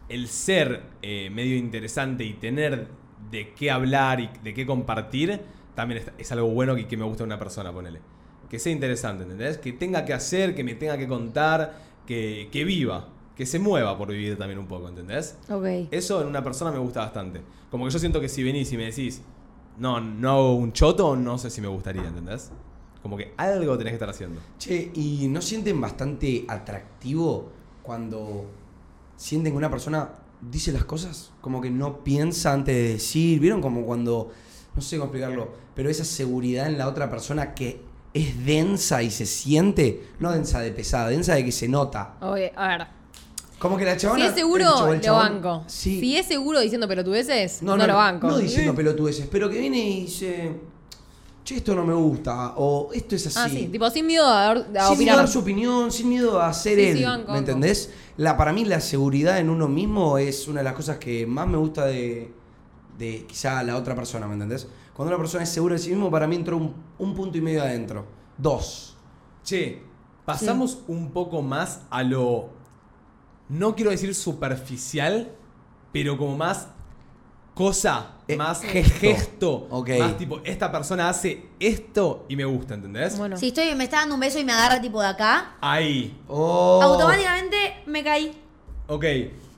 A: el ser eh, medio interesante y tener de qué hablar y de qué compartir, también es, es algo bueno que, que me gusta de una persona, ponele. Que sea interesante, ¿entendés? Que tenga que hacer, que me tenga que contar, que, que viva, que se mueva por vivir también un poco, ¿entendés?
D: Ok.
A: Eso en una persona me gusta bastante. Como que yo siento que si venís y me decís, no, no hago un choto, no sé si me gustaría, ¿entendés? Como que algo tenés que estar haciendo.
B: Che, ¿y no sienten bastante atractivo cuando sienten que una persona dice las cosas? Como que no piensa antes de decir. ¿Vieron? Como cuando, no sé cómo explicarlo, pero esa seguridad en la otra persona que es densa y se siente, no densa de pesada, densa de que se nota.
C: Oye, a ver.
B: Como que la
C: Si
B: chabona...
C: es seguro,
B: el chabón- el
C: lo
B: chabón-
C: banco.
B: Sí.
C: Si es seguro diciendo pelotudeces, no, lo banco. Ah,
B: No diciendo pelotudeces, pero que viene y dice, che, esto no me gusta, o esto es así.
C: Ah, sí. Tipo, sin miedo a, a
B: sin miedo a
C: opinar.
B: dar su opinión, sin miedo a ser
C: Ah, Sí,
B: él.
C: sí, banco,
B: ¿Me
C: banco.
B: entendés? La, para mí la seguridad en uno mismo es una de las cosas que más me gusta de, de quizá la otra persona, ¿me entendés? Cuando una persona es segura de sí mismo, para mí entró un, un punto y medio adentro. Dos.
A: Che, pasamos un poco más a lo, no quiero decir superficial, pero como más cosa,
B: Eh,
A: más
B: gesto.
A: gesto,
B: Ok.
A: más tipo, esta persona hace esto y me gusta, ¿entendés?
C: Bueno.
D: Si estoy, me está dando un beso y me agarra tipo de acá,
A: Ahí,
B: Oh.
D: automáticamente me caí.
A: Ok,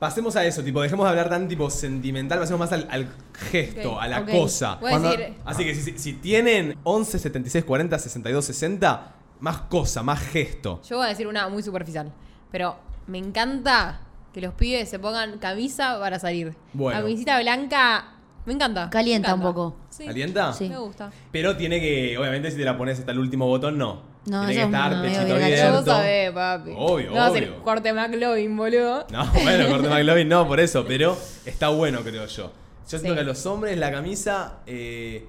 A: pasemos a eso, tipo, dejemos de hablar tan tipo sentimental, pasemos más al, al gesto,
C: Ok,
A: a la
C: ok.
A: cosa.
C: Voy a
B: Cuando-
C: decir,
A: Así que si, si- si tienen 11, 76, 40, 62, 60, más cosa, más gesto.
C: yo voy a decir una muy superficial. Pero me encanta que los pibes se pongan camisa para salir.
A: Bueno.
C: La camisita blanca, me encanta. me
D: Calienta
C: encanta.
D: un poco.
C: Sí.
A: ¿Alienta?
D: Sí.
C: Me gusta.
A: Pero tiene que, obviamente, si te la pones hasta el último botón, no.
D: No,
A: tiene que
D: eso es
A: estar
D: medio
A: pechito
D: obligación.
A: abierto.
C: Yo sabés, papi.
A: Obvio,
C: no va a ser
A: obvio.
C: corte McLovin, boludo.
A: No, bueno, corte McLovin no, por eso, pero está bueno, creo yo. Yo siento
C: Sí.
A: que a los hombres la camisa. eh,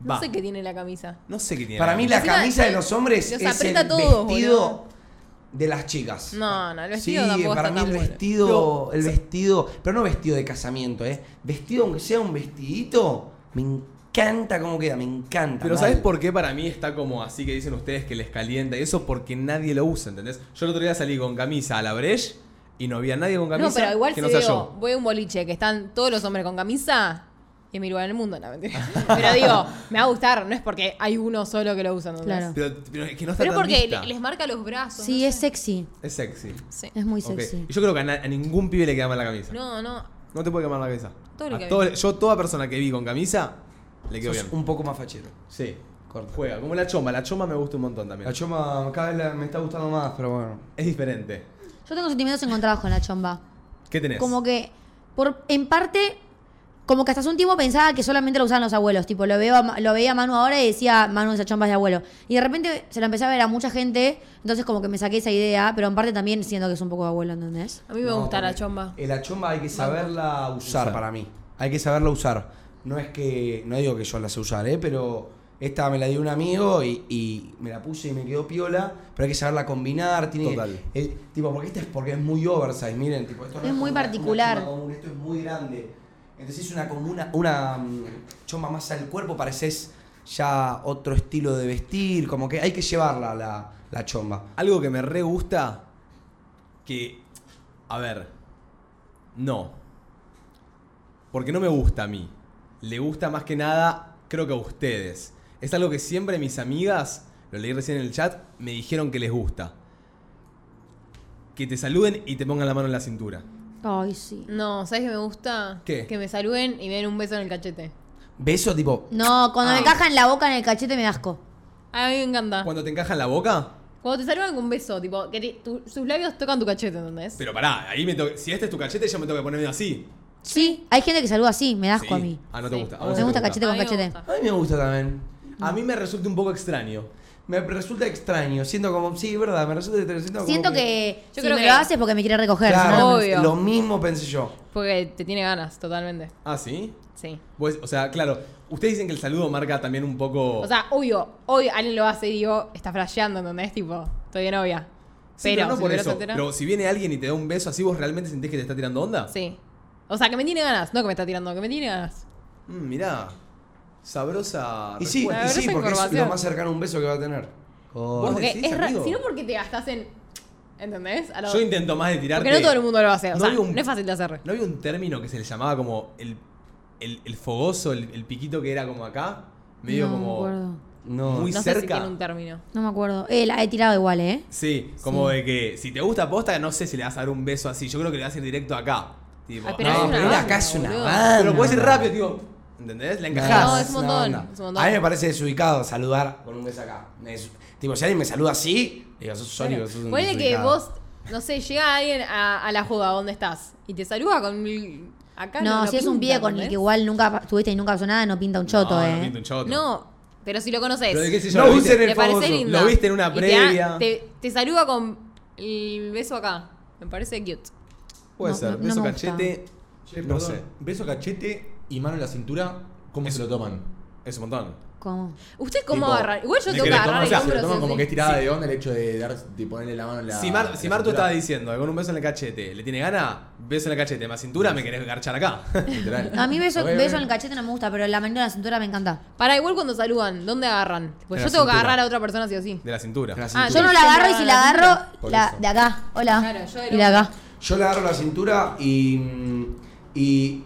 C: No
A: va.
C: sé qué tiene la camisa.
A: No sé qué tiene.
B: Para mí la
C: Encima,
B: camisa de los hombres es
C: los
B: el
C: aprieta todos,
B: vestido
C: boludo.
B: de las chicas.
C: No, no, el vestido
B: sí,
C: tampoco
B: para
C: está
B: mí
C: tan
B: el
C: bueno.
B: vestido, el vestido, pero no vestido de casamiento, ¿eh? Vestido, aunque sea un vestidito, me encanta cómo queda, me encanta.
A: Pero
B: mal.
A: ¿sabes por qué para mí está como así que dicen ustedes que les calienta? Y eso porque nadie lo usa, ¿entendés? Yo el otro día salí con camisa a la Breche y no había nadie con camisa
C: No, pero igual
A: que
C: si
A: no sea
C: digo,
A: yo.
C: voy a un boliche que están todos los hombres con camisa, y en mi lugar en el mundo, no, mentira. Pero digo, me va a gustar, no es porque hay uno solo que lo usa, ¿entendés?
D: Claro.
A: Pero, pero es que no está
C: Pero es
A: tan
C: porque
A: vista.
C: le- les marca los brazos.
D: Sí,
C: no
D: es
C: sé.
D: sexy.
A: Es sexy.
C: Sí.
D: Es muy
A: Ok.
D: sexy.
A: Y yo creo que a, na- a ningún pibe le queda mal la camisa. No,
C: No, no.
A: te puede quemar la cabeza.
C: Todo lo
A: A
C: que vi.
A: yo, toda persona que vi con camisa, le quedó
B: Sos
A: bien.
B: un poco más fachero.
A: Sí.
B: Corta.
A: Juega, como la choma. La choma me gusta un montón también.
B: La choma cada vez la- me está gustando más, pero bueno.
A: es diferente.
D: Yo tengo sentimientos encontrados con la chomba.
A: ¿Qué tenés?
D: Como que, por, en parte, como que hasta hace un tiempo pensaba que solamente lo usaban los abuelos. Tipo, lo, veo a Ma- lo veía a Manu ahora y decía, Manu, esa chomba es de abuelo. Y de repente se la empecé a ver a mucha gente, entonces como que me saqué esa idea, pero en parte también siento que es un poco de abuelo, ¿entendés?
C: A mí me
B: No,
C: gusta la
B: porque
C: chomba.
B: eh, La chomba hay que saberla usar
A: Usar.
B: para mí. Hay que saberla usar. No es que. No digo que yo la sé usar, ¿eh? Pero esta me la dio un amigo y, y me la puse y me quedó piola. Pero hay que saberla combinar. Tiene que-
A: Total.
B: eh, tipo, porque esta es porque es muy oversize, miren. Tipo, esto no
D: Es muy
B: una- una
D: particular.
B: chomba común, esto es muy grande. Entonces es una comuna, una mm, chomba más al cuerpo, pareces ya otro estilo de vestir. Como que hay que llevarla la, la chomba.
A: Algo que me re gusta. Que. A ver. No. Porque no me gusta a mí. Le gusta más que nada, creo que a ustedes. Es algo que siempre mis amigas, lo leí recién en el chat, me dijeron que les gusta. Que te saluden y te pongan la mano en la cintura.
D: Ay, sí.
C: No, ¿sabes qué me gusta?
A: ¿Qué?
C: Que me saluden y me den un beso en el cachete.
B: Beso, tipo.
D: No, cuando
A: Ah.
D: me encajan la boca en el cachete me da asco.
C: A mí me encanta.
A: Cuando te encajan la boca,
C: Cuando te saludan con un beso, tipo, que te- tu- sus labios tocan tu cachete, ¿entendés?
A: pero pará, ahí me tengo- si este es tu cachete, yo me tengo que poner medio así.
D: Sí, hay gente que saluda así, me da asco
A: Sí.
D: a mí.
A: Ah, no te
C: Sí.
A: gusta. A
D: Me
A: vos sí te
D: gusta cachete
C: A
D: con
C: mí me
D: cachete.
C: gusta.
B: A mí me gusta también.
A: A mí me resulta un poco extraño.
B: Me resulta extraño. Siento como. Sí, es verdad, me resulta extraño. Siento, como
D: Siento que
C: Yo
D: si
C: creo
D: me
C: que-
D: lo haces porque me quiere recoger.
B: Claro,
D: ¿no?
C: Obvio.
B: Lo mismo pensé yo.
C: Porque te tiene ganas, totalmente.
A: Ah, ¿sí?
C: Sí.
A: Vos- Pues, o sea, claro, ustedes dicen que el saludo marca también un poco...
C: O sea, obvio, hoy alguien lo hace y digo, está flasheando, ¿entendés? Tipo, estoy de novia.
A: Sí, pero, no
C: si
A: por
C: tuviera
A: eso.
C: soltera-
A: Pero si viene alguien y te da un beso así, ¿vos realmente sentís que te está tirando onda?
C: Sí. O sea, que me tiene ganas, no que me está tirando, que me tiene ganas.
A: Mm, mirá, sabrosa
B: Y sí,
A: respuesta.
B: y
C: Esa
B: sí, porque es lo
C: información.
B: más cercano a un beso que va a tener.
A: ¿Vos
C: Porque
A: decís,
C: es ra-
A: amigo?
C: Si no, porque te gastas en. ¿Entendés? A lo-
A: Yo intento más de tirarte...
C: Porque no todo el mundo lo hace. O
A: No
C: sea,
A: hay un-
C: no es fácil de hacer.
A: ¿No había un término que se le llamaba como el, el, el fogoso, el, el piquito que era como acá? Medio
D: No, me
A: como...
D: acuerdo.
B: No.
A: Muy
C: no sé si
A: cerca.
C: tiene un término.
D: No me acuerdo. Eh, la he tirado igual, ¿eh?
A: Sí, como de que si te gusta posta, no sé si le vas a dar un beso así. Yo creo que le vas a ir directo acá. Tipo,
C: Ay,
A: pero,
B: no,
C: Ah, pero es una
B: pero era
C: banda,
B: casi una
C: boludo.
B: banda.
A: pero puede ser rápido, tipo. ¿Entendés? La encajás.
C: No, es un montón, es un montón.
B: A mí me parece desubicado saludar con un beso acá. Es- tipo, si alguien me saluda así, le digo, sos sólido, sos un
C: Ponele que
B: desubicado.
C: vos, no sé, llega alguien a, a la joda donde estás y te saluda con. el- Acá
D: No, si es un
C: pinta,
D: pie con el
C: ¿entendés?
D: que igual nunca pa- estuviste y nunca pasó nada, no pinta un choto,
A: No, no
D: ¿eh?
A: pinta un choto.
C: No, pero si lo
A: Pero de qué
C: conoces.
A: sé yo,
B: No
A: lo viste-
B: usen el
C: Te parece
B: famoso.
C: linda.
A: Lo viste en una
C: Y te da-
A: previa.
C: Te, te saluda con el beso acá. Me parece cute.
A: Puede
D: No,
A: ser.
D: no- no
A: beso
D: me gusta.
A: cachete.
G: Che,
A: no
G: perdón,
A: sé.
G: Beso cachete y mano en la cintura, ¿cómo se lo toman?
A: Es un montón.
D: ¿Cómo?
C: ¿Usted cómo
G: Tipo,
C: agarra? Igual yo
A: ¿de
C: tengo
A: qué
C: que
A: le
C: agarrar
A: toman? O
C: el
A: sea,
G: se
C: hombro.
G: lo toman
C: sí,
G: como
C: sí.
G: que es tirada de onda el hecho de dar, de ponerle la mano en la.
A: si
G: en
A: Mar,
G: la
A: si Martu
G: cintura.
A: estaba diciendo que con un beso en el cachete le tiene gana, beso en el cachete, más cintura, me querés garchar acá.
G: Literal.
D: A mí beso,
G: Obvio,
D: beso
G: obvio.
D: en el cachete no me gusta, pero la manera de la cintura me encanta.
C: Para igual cuando saludan, ¿dónde agarran? Pues
A: En
C: yo
A: la
C: tengo que
A: cintura.
C: agarrar a otra persona así o sí.
A: De la cintura.
B: La
C: Ah,
D: Yo no la
C: siempre
D: agarro y
C: agarro
D: si
C: la
D: la agarro,
G: Por
D: la
G: eso.
D: de acá. Hola.
C: Claro, yo
D: y la
C: era-
D: acá.
B: Yo le agarro la cintura y. mm, y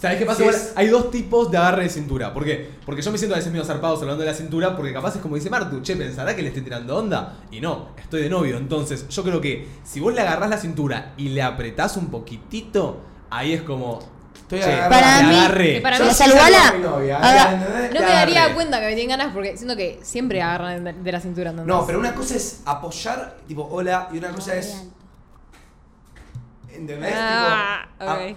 A: ¿Sabés qué pasa?
B: Sí,
A: Igual
B: es-
A: Hay dos tipos de agarre de cintura. ¿Por qué? Porque yo me siento a veces medio zarpado hablando de la cintura, porque capaz es como dice Martu, che, ¿pensará que le estoy tirando onda? Y no, estoy de novio. Entonces, yo creo que si vos le agarrás la cintura y le apretás un poquitito, ahí es como.
B: Estoy
A: che,
B: agarrado.
A: te
D: Para mí-
A: agarré.
C: para
D: Yo
C: mí-
D: la
B: sí saludo a mi novia,
D: saludala.
B: ¿eh?
D: Ahora,
B: ¿Entendés?
C: Ah, No
B: Te
C: me daría
B: agarré.
C: cuenta que me tienen ganas porque siento que siempre agarran de- de la cintura. ¿entendés?
B: No, pero una cosa es apoyar, tipo, hola, y una cosa es. ¿Entendés?
C: Ah,
B: Tipo, a-
C: ok.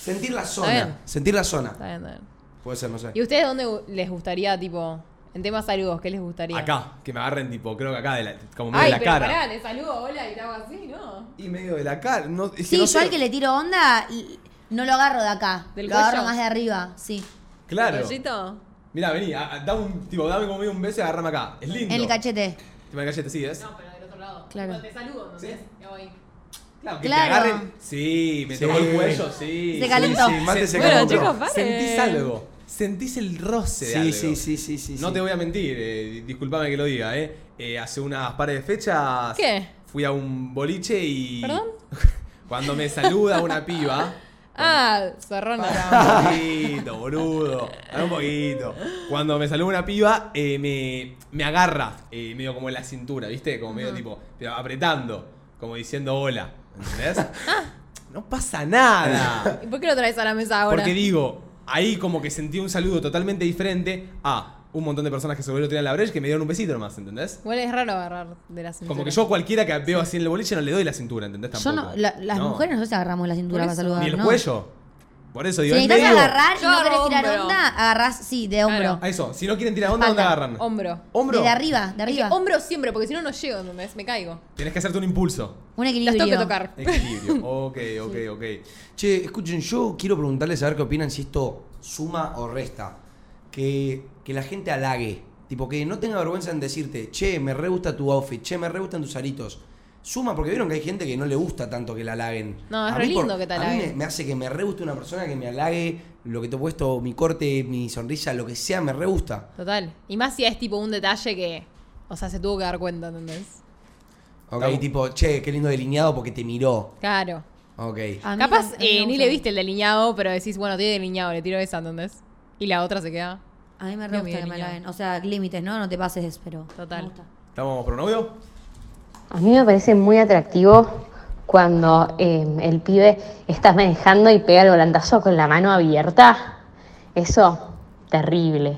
B: sentir la
C: Está
B: zona.
C: bien.
B: Sentir la zona.
C: Está bien, está bien.
B: Puede ser, no sé.
C: ¿Y ustedes dónde gu- les gustaría, tipo, en temas saludos, qué les gustaría?
A: Acá, que me agarren tipo, creo que acá, de la, como medio de
C: Ay,
A: la
C: pero
A: cara.
C: pará, te saludo, hola y te hago así, ¿no?
A: Y medio de la cara. No, es que
D: sí,
A: no
D: yo
A: sé-
D: al que le tiro onda, l- no lo agarro de acá.
C: ¿Del
D: lo agarro
C: cuello?
D: más de arriba, sí.
A: Claro.
C: ¿Rollito?
A: Mirá, vení, a- a- dame un, tipo, dame como medio un beso y agarrame acá. Es lindo.
D: En el cachete.
A: Tipo, en el cachete, sí, ¿ves?
C: pero del otro lado.
D: Claro.
C: te saludo, ¿no
A: ¿entendés?
C: ahí.
A: Claro, que
D: Claro.
A: te agarren. Sí, me
B: Sí.
A: tocó el cuello, sí.
D: Se calentó.
A: Sí, sí,
B: Mate
A: se-
B: se
C: Bueno,
B: calentó.
C: chicos, paren.
A: Sentís algo. Sentís el roce de algo.
B: sí, sí.
A: No te voy a mentir, eh, disculpame que lo diga, eh. Eh, hace unas pares de fechas
C: ¿Qué?
A: fui a un boliche y.
C: ¿Perdón?
A: Cuando me saluda una piba.
C: Ah, cerrona.
A: Pará un poquito, boludo. Pará un poquito. Cuando me saluda una piba, eh, me, me agarra eh, medio como en la cintura, ¿viste? Como medio tipo, pero apretando, como diciendo hola. ¿Entendés?
C: Ah.
A: No pasa nada.
C: ¿Y por qué lo traes a la mesa ahora?
A: Porque digo, ahí como que sentí un saludo totalmente diferente a un montón de personas que se volvieron a tirar la brecha que me dieron un besito nomás, ¿entendés?
C: Igual es raro agarrar de la cintura.
A: Como que yo a cualquiera que veo así en el boliche no le doy la cintura, ¿entendés?
D: Yo
A: Tampoco.
D: no, la- las
A: No.
D: mujeres nosotros agarramos la
C: Por
D: cintura para
C: eso.
D: saludar.
A: Ni el
D: ¿no?
A: cuello. Por eso
D: Si
A: digo, es
D: necesitas
A: medio-
D: agarrar y
C: Yo
D: no querés
C: agarro
D: tirar
C: hombro.
D: onda, agarrás, sí, de hombro.
C: Claro.
A: A eso, si no quieren tirar onda, ¿dónde
D: Espalda,
A: agarran?
C: Hombro.
A: ¿Hombro?
D: De, de arriba, de
C: Es que
D: arriba.
C: hombro siempre, porque si no no llego, ¿entendés? Me caigo.
A: Tenés que hacerte un impulso.
D: Un
C: Los
D: equilibrio.
C: tengo que tocar.
A: Equilibrio. ok, ok, ok.
B: Che, escuchen, yo quiero preguntarles a ver qué opinan si esto suma o resta. Que, que la gente halague. Tipo, que no tenga vergüenza en decirte, che, me re gusta tu outfit, che, me re gustan tus aritos. Suma, porque vieron que hay gente que no le gusta tanto que la halaguen.
C: No, es
B: A
C: re
B: mí
C: lindo que te
B: a mí
C: halaguen.
B: me, me hace que me re guste una persona que me halague lo que te he puesto, mi corte, mi sonrisa, lo que sea, me re gusta.
C: Total. Y más si es tipo un detalle que. O sea, se tuvo que dar cuenta, ¿entendés?
B: Ok,
A: Estamos-
B: tipo, che, qué lindo delineado porque te miró.
C: Claro.
B: Ok.
D: A mí
C: Capaz
D: tam- a mí me
C: eh, ni
D: gusta.
C: le viste el delineado, pero decís, bueno, tiene delineado, le tiro esa, ¿entendés? Y la otra se queda.
D: A mí me re
C: Dios
D: gusta
C: mío,
D: que me
C: niña.
D: halaguen. O sea, límites, ¿no? No te pases, pero.
C: Total.
D: me gusta.
A: ¿Estamos por un audio?
H: A mí me parece muy atractivo cuando eh, el pibe está manejando y pega el volantazo con la mano abierta. Eso, terrible.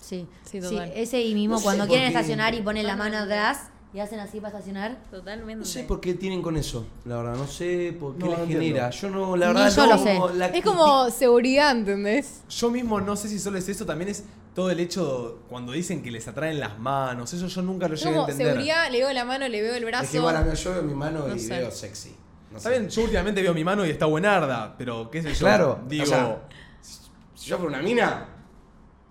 D: Sí,
C: Sí,
D: sí,
C: total.
D: ese y mismo
B: No sé
D: cuando
B: por
D: quieren
B: qué.
D: estacionar y ponen la mano atrás y hacen así para estacionar.
C: Totalmente.
B: No sé por qué tienen con eso, la verdad. No sé por qué
A: No,
B: les
A: no
B: genera. Yo no, la
D: Ni
B: verdad,
D: yo
B: no,
D: lo sé.
B: la
C: Es como seguridad, ¿entendés?
A: Yo mismo no sé si solo es eso, también es todo el hecho cuando dicen que les atraen las manos. Eso yo nunca lo llegué a
C: Como
A: entender.
C: seguridad, le veo la mano, le veo el brazo.
B: Es que igual a mí, yo veo mi mano
C: No
B: y
C: sé.
B: veo sexy. No
A: Está
B: sé.
A: bien, yo últimamente veo mi mano y está buenarda, pero qué sé yo.
B: Claro,
A: Digo,
B: o sea, Si yo fuera una mina,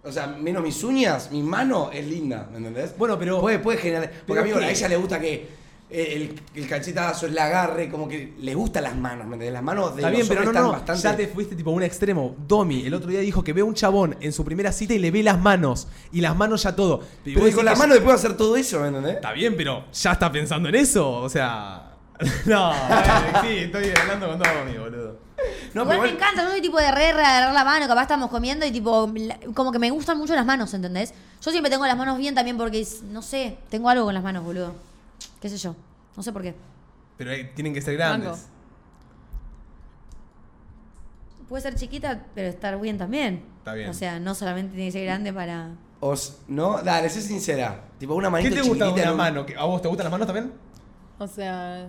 B: o sea, menos mis uñas, mi mano es linda, ¿me entendés?
A: Bueno, pero-
B: Puede, puede generar.
A: pero
B: Porque amigo,
A: ¿qué?
B: a ella le gusta que el, el cachetazo, el agarre, como que le gustan las manos, ¿me entendés? Las manos de
A: está bien,
B: los
A: pero no,
B: hombres
A: no,
B: están
A: no.
B: bastante.
A: Ya te fuiste tipo a un extremo. Domi el otro día dijo que ve a un chabón en su primera cita y le ve las manos. Y las manos ya todo. Y
B: Pero
A: vos
B: con
A: decís
B: las
A: que-
B: manos le puedo hacer todo eso, ¿me entendés?
A: Está bien, pero ya está pensando en eso. O sea. No, bueno, sí, estoy hablando con Domi, boludo.
B: No, pero
D: igual me
B: igual-
D: encanta, no soy tipo de re, re agarrar la mano, capaz estamos comiendo y tipo, la- como que me gustan mucho las manos, ¿entendés? Yo siempre tengo las manos bien también porque, es- no sé, tengo algo con las manos, boludo. ¿Qué sé yo? No sé por qué.
A: Pero eh, tienen que ser grandes.
C: Mango.
D: Puede ser chiquita, pero estar bien también.
A: Está bien.
D: O sea, no solamente tiene que ser grande para...
B: Os- no, dale, sé sincera. Tipo una
A: ¿Qué
B: manito
A: te gusta de
B: chiquitita en
A: una
B: un-
A: mano? ¿Qué- ¿A vos te gustan las manos también?
C: O sea,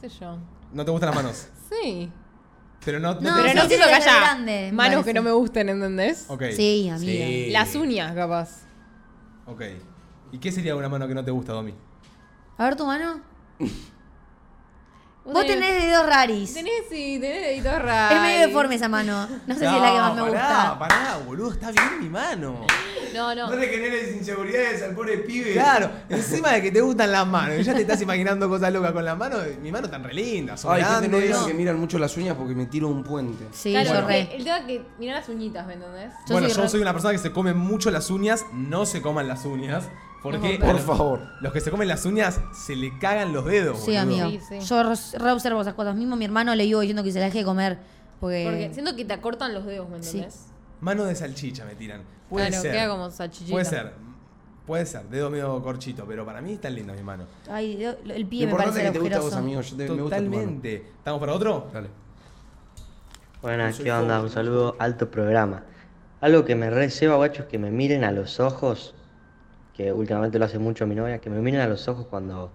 C: qué sé yo.
A: No te gustan las manos.
C: Sí.
A: Pero no.
D: No,
A: te
C: Pero no
D: sí,
A: gustan-
C: siento
D: sí,
C: que
D: de
C: haya
D: grande, me
C: manos que
D: parece.
C: no me gusten, ¿entendés?
A: Ok.
D: Sí, amiga.
B: Sí.
C: Las uñas, capaz.
A: Ok. ¿Y qué sería una mano que no te gusta, Domi?
D: A ver tu mano. Vos tenés dedos raris.
C: Tenés, sí, tenés deditos raros.
D: Es medio deforme esa mano. No sé si es la que más me
A: pará,
D: gusta.
A: Pará, boludo, está bien mi mano.
C: No, no.
B: No te generes inseguridades al pobre pibe.
A: Claro, encima de que te gustan las manos, y ya te estás imaginando cosas locas con las manos, mi mano tan re linda, son
B: Ay, gente no
A: grandes.
B: digan que miran mucho las uñas porque me tiro un puente.
D: Sí,
C: Claro, eh,
D: yo
C: porque
D: re.
C: el tema es que mirá las uñitas, ¿me entendés?
D: Yo
A: bueno,
D: soy
A: yo
D: re-
A: soy una persona que se come mucho las uñas, no se coman las uñas, porque
C: No,
B: Por favor.
A: los que se comen las uñas se le cagan los dedos.
D: Sí,
A: boludo.
D: amigo.
C: Sí, sí.
D: Yo re- re observo esas cosas. Mismo mi hermano le digo diciendo que se la deje de comer. Porque.
C: Porque siento que te acortan los dedos, ¿me
D: Sí.
C: entendés?
A: Mano de salchicha me tiran. Puede
C: Claro,
A: ser.
C: queda como salchichita.
A: Puede ser. Puede ser, dedo medio corchito, pero para mí están lindas mi mano.
D: Ay, Dios, el
B: Lo
D: pie me
B: importante
D: parece
B: es que te gusta a vos,
D: agujeroso.
B: amigo. Yo te, me gusta tu mano.
A: Totalmente. ¿Estamos para otro?
B: Dale.
I: Buenas,
B: soy
I: ¿qué onda?
B: joven.
I: Un saludo, alto programa. Algo que me re lleva, guacho, es que me miren a los ojos, que últimamente lo hace mucho mi novia, que me miren a los ojos cuando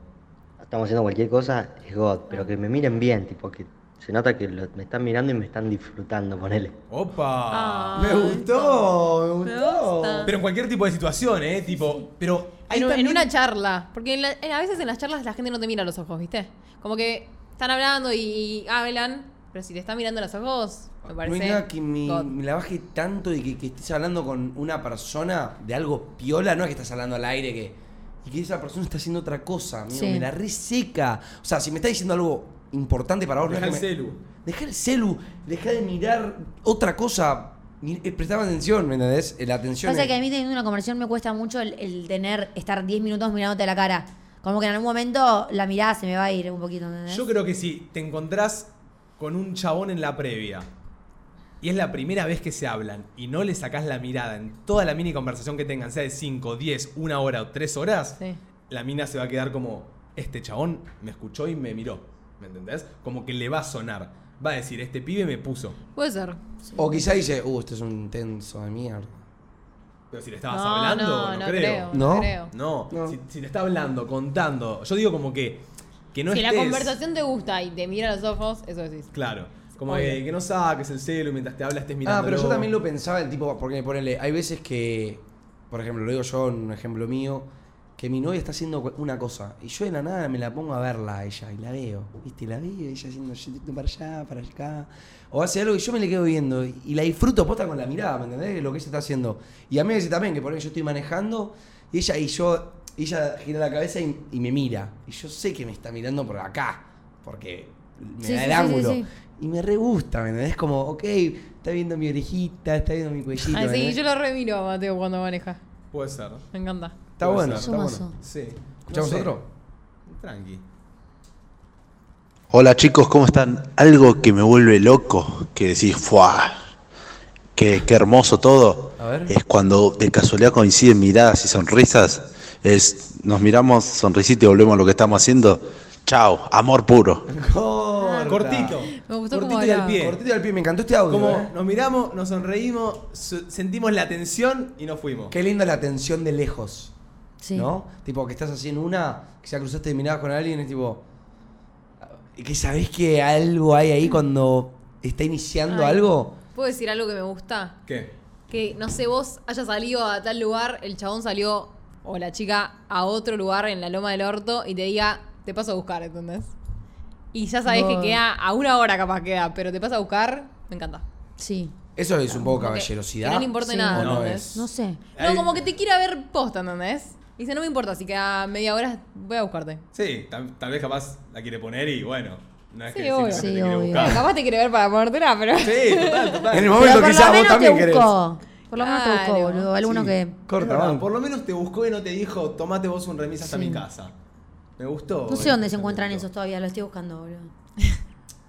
I: estamos haciendo cualquier cosa, es God, pero que me miren bien, tipo, que se nota que lo- me están mirando y me están disfrutando, ponele.
A: ¡Opa!
C: Ah.
B: Me gustó, me
C: Me
B: gustó.
C: gusta.
A: Pero en cualquier tipo de situación, ¿eh? Tipo, pero. hay
C: En, un- en
A: también-
C: una charla. Porque en la- en- a veces en las charlas la gente no te mira a los ojos, ¿viste? Como que están hablando y, y hablan, pero si te están mirando a los ojos, me
B: No
C: parece.
B: hay nada que me,
C: God.
B: me la baje tanto de que, que estés hablando con una persona de algo piola, no es que estás hablando al aire que. Y que esa persona está haciendo otra cosa, amigo.
D: Sí.
B: Me la reseca. O sea, si me está diciendo algo importante para vos, no es
A: Dejá el
B: que me-
A: celu.
B: Dejá el celu, dejá de mirar otra cosa. Ni- eh, Prestame atención, ¿me entendés? Eh, La atención.
D: Pasa
B: es-
D: que a mí teniendo una conversación me cuesta mucho el, el tener, estar 10 minutos mirándote a la cara. Como que en algún momento la mirada se me va a ir un poquito, ¿entendés?
A: Yo creo que si te encontrás con un chabón en la previa y es la primera vez que se hablan y no le sacás la mirada en toda la mini conversación que tengan, sea de 5, 10, una hora o tres horas,
C: Sí.
A: la mina se va a quedar como, este chabón me escuchó y me miró. ¿Me entendés? Como que le va a sonar. Va a decir, este pibe me puso.
C: Puede ser.
B: O quizá dice, uh, este es un tenso de mierda.
A: Pero si le estabas
C: no,
A: hablando,
C: no,
A: no, creo.
B: ¿No?
C: No creo.
A: No,
B: No.
A: Si, si te está hablando, contando. Yo digo como que, que no
C: si la
A: estés-
C: conversación te gusta y te mira a los ojos, eso decís.
A: Claro. Como
C: Obvio.
A: que, que no saques el celu y mientras te habla estés mirando.
B: Ah, pero yo también lo pensaba, el tipo, porque ponele, hay veces que, por ejemplo, lo digo yo, en un ejemplo mío, que mi novia está haciendo cu- una cosa y yo de la nada me la pongo a verla a ella y la veo, ¿viste? Y La veo, ella haciendo "Yo para allá, para acá, o hace algo y yo me le quedo viendo y y la disfruto posta con la mirada, ¿me entendés? Lo que ella está haciendo. Y a mí a veces también, que por ahí yo estoy manejando y ella y yo, y ella gira la cabeza y, y me mira. Y yo sé que me está mirando por acá, porque me da
D: Sí, sí,
B: el
D: sí, sí,
B: ángulo.
D: sí.
B: Y me re gusta, ¿me entendés? Como, ok, está viendo mi orejita, está viendo mi cuellito.
C: Ah,
B: ¿me
C: sí,
B: entendés?
C: yo lo remiro a Mateo cuando maneja.
A: Puede ser.
C: Me encanta.
B: Está
A: Puede
B: bueno,
A: ser.
B: está
D: Sumazo.
B: bueno.
A: Sí.
B: ¿Escuchamos
A: No sé.
B: otro?
A: Tranqui.
J: Hola chicos, ¿cómo están? Algo que me vuelve loco, que decís, ¡fuah! Qué, qué hermoso todo.
B: A ver.
J: Es cuando de casualidad coinciden miradas y sonrisas. Es, nos miramos, sonrisita y volvemos a lo que estamos haciendo. Chao, amor puro.
B: Corta.
A: Cortito.
C: Me gustó
A: Cortito
C: cómo
A: y al
C: hablaba.
A: pie.
B: Cortito al pie, me encantó este audio.
A: Como
B: ¿eh?
A: nos miramos, nos sonreímos, su- sentimos la tensión y nos fuimos.
B: Qué linda la atención de lejos,
D: Sí.
B: ¿no? Tipo, que estás así en una, que ya cruzaste de miradas con alguien, es tipo. Y que sabés que algo hay ahí cuando está iniciando
C: Ay.
B: algo.
C: ¿Puedo decir algo que me gusta?
A: ¿Qué?
C: Que, no sé, vos hayas salido a tal lugar, el chabón salió o la chica a otro lugar en la loma del orto y te diga, te paso a buscar, ¿entendés? Y ya sabés
D: No.
C: que queda, a una hora capaz queda, pero te pasa a buscar, me encanta.
D: Sí.
B: Eso es un poco
C: Como que-
B: caballerosidad.
C: Que no le importa
D: Sí.
C: nada,
B: ¿O no
C: ¿entendés?
B: es?
D: No sé.
A: Ahí-
C: No, como que te quiera ver posta, ¿entendés? Dice, no me importa, si queda media hora voy a buscarte. Eh,
A: Sí, tal, tal vez capaz la quiere poner y bueno. No es
C: Sí,
A: que
C: obvio.
A: simplemente
D: Sí,
A: te quiere
D: obvio.
A: buscar.
C: Bueno, capaz te quiere ver para ponértela, pero...
A: Sí, total, total.
B: En el
D: Pero
B: momento
D: por
B: quizás
D: lo
B: vos
D: menos te
B: también querés.
D: buscó. Por lo menos te buscó,
C: Claro.
D: boludo. Alguno
B: Sí.
D: que.
A: Es
B: Corta,
A: verdad,
B: vamos.
A: por lo menos te buscó y no te dijo, tomate vos un remis hasta mi casa. Me gustó. el
D: No sé dónde se
A: pensamiento.
D: encuentran esos todavía, lo estoy buscando, boludo.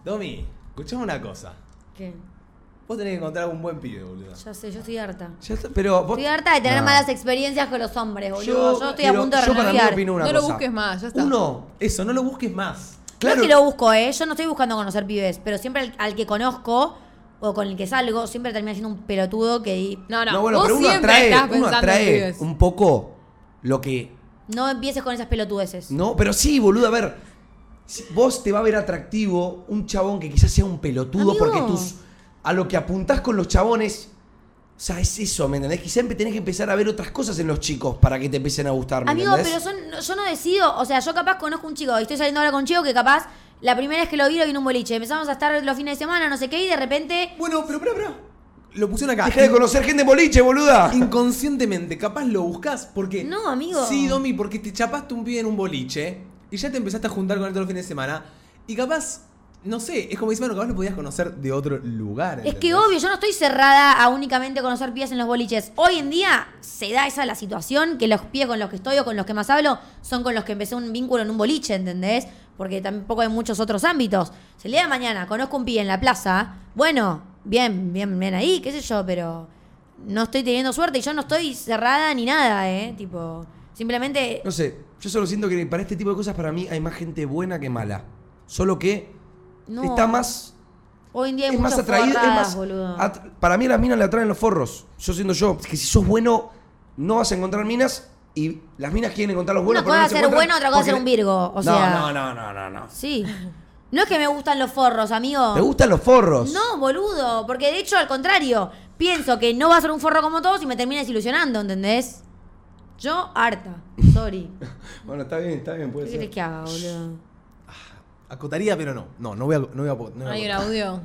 A: Domi, escuchame una cosa.
D: ¿Qué?
A: Vos tenés que encontrar un buen pibe, boludo.
D: Ya sé, yo estoy harta.
B: Ya está, pero vos-
D: Estoy harta de tener
B: No.
D: malas experiencias con los hombres, boludo. Yo, estoy a
B: quiero-
D: punto de
B: yo para mí
D: renunciar.
B: opino una
C: No lo
B: cosa.
C: busques más, ya está.
B: Uno,
A: Eso, no lo busques más.
D: Claro.
B: claro.
D: que lo busco, ¿eh? Yo no estoy buscando conocer pibes, pero siempre al, al que conozco o con el que salgo, siempre termina siendo un pelotudo que di-
C: Ah, No, no,
B: No, bueno,
C: vos
B: pero uno
C: siempre
B: atrae,
C: estás
B: uno
C: pensando en
B: atrae
C: pibes.
B: un poco lo que.
D: no empieces con esas pelotudeces.
B: No, pero sí, boludo, a ver. si- Vos te va a ver atractivo un chabón que quizás sea un pelotudo
D: Amigo.
B: porque tus. A lo que apuntás con los chabones. O sea, es eso, ¿me entendés? Que siempre tenés que empezar a ver otras cosas en los chicos para que te empiecen a gustar, ¿me
D: Amigo,
B: entendés?
D: pero son- no- yo no decido, o sea, yo capaz conozco un chico y estoy saliendo ahora con un chico que capaz la primera vez que lo vi lo vi en un boliche. Empezamos a estar los fines de semana, no sé qué, y de repente.
A: Bueno, pero pará, pará. Lo pusieron acá.
B: Deja de conocer Ah. gente en boliche, boluda.
A: Inconscientemente, capaz lo buscas porque.
D: No, amigo.
A: Sí, Domi, porque te chapaste un pibe en un boliche y ya te empezaste a juntar con él todos los fines de semana. Y capaz, no sé, es como dice, bueno, capaz lo podías conocer de otro lugar.
D: Es que
A: ¿entendés?
D: obvio, yo no estoy cerrada a únicamente conocer pibes en los boliches. Hoy en día se da esa la situación que los pibes con los que estoy o con los que más hablo son con los que empecé un vínculo en un boliche, ¿entendés? Porque tampoco hay muchos otros ámbitos. Se le da mañana, conozco un pibe en la plaza, bueno, bien, bien, bien ahí, qué sé yo, pero no estoy teniendo suerte y yo no estoy cerrada ni nada, ¿eh? Tipo, simplemente...
B: No sé, yo solo siento que para este tipo de cosas, para mí, hay más gente buena que mala. Solo que
D: No.
B: está más
D: Hoy en día hay
B: es más
D: muchos
B: atraído, es
D: forradas,
B: más-
D: boludo.
B: at- para mí a las minas le atraen los forros. Yo siendo yo, que si sos bueno, no vas a encontrar minas y las minas quieren encontrar los buenos.
D: Una
B: pero
D: cosa
B: no
D: es
B: se
D: ser
B: encuentran
D: bueno, otra cosa es
B: porque-
D: ser un virgo, o
B: no,
D: sea-
B: no, no, no, no, no.
D: Sí. No es que me gustan los forros, amigo.
B: ¿Te gustan los forros?
D: No, boludo, porque de hecho al contrario, pienso que no va a ser un forro como todos y me termina desilusionando, ¿entendés? Yo harta, sorry.
B: Bueno, está bien, está bien, puede
D: ¿Qué querés
B: ser.
D: que haga, boludo?
A: Acotaría, pero no. No, no voy a. No voy a, no voy a
C: Hay un
A: acotar.
C: audio.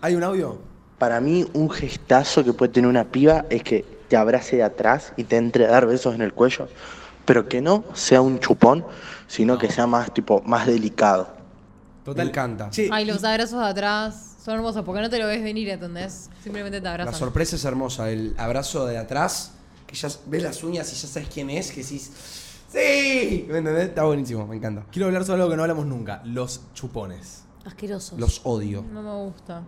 A: ¿Hay un audio?
J: Para mí, un gestazo que puede tener una piba es que te abrace de atrás y te entre a dar besos en el cuello, pero que no sea un chupón, sino que sea más tipo más delicado.
A: Total.
B: Me encanta.
A: Che,
C: Ay, los abrazos de atrás son hermosos porque no te lo ves venir, ¿entendés? Simplemente te
B: La
C: abrazan.
B: sorpresa es hermosa, el abrazo de atrás, que ya ves las uñas y ya sabes quién es, que decís, ¡Sí! ¿Me entendés? Está buenísimo, me encanta.
A: Quiero hablar sobre algo que no hablamos nunca, los chupones.
D: Asquerosos.
B: Los odio.
C: No me gusta.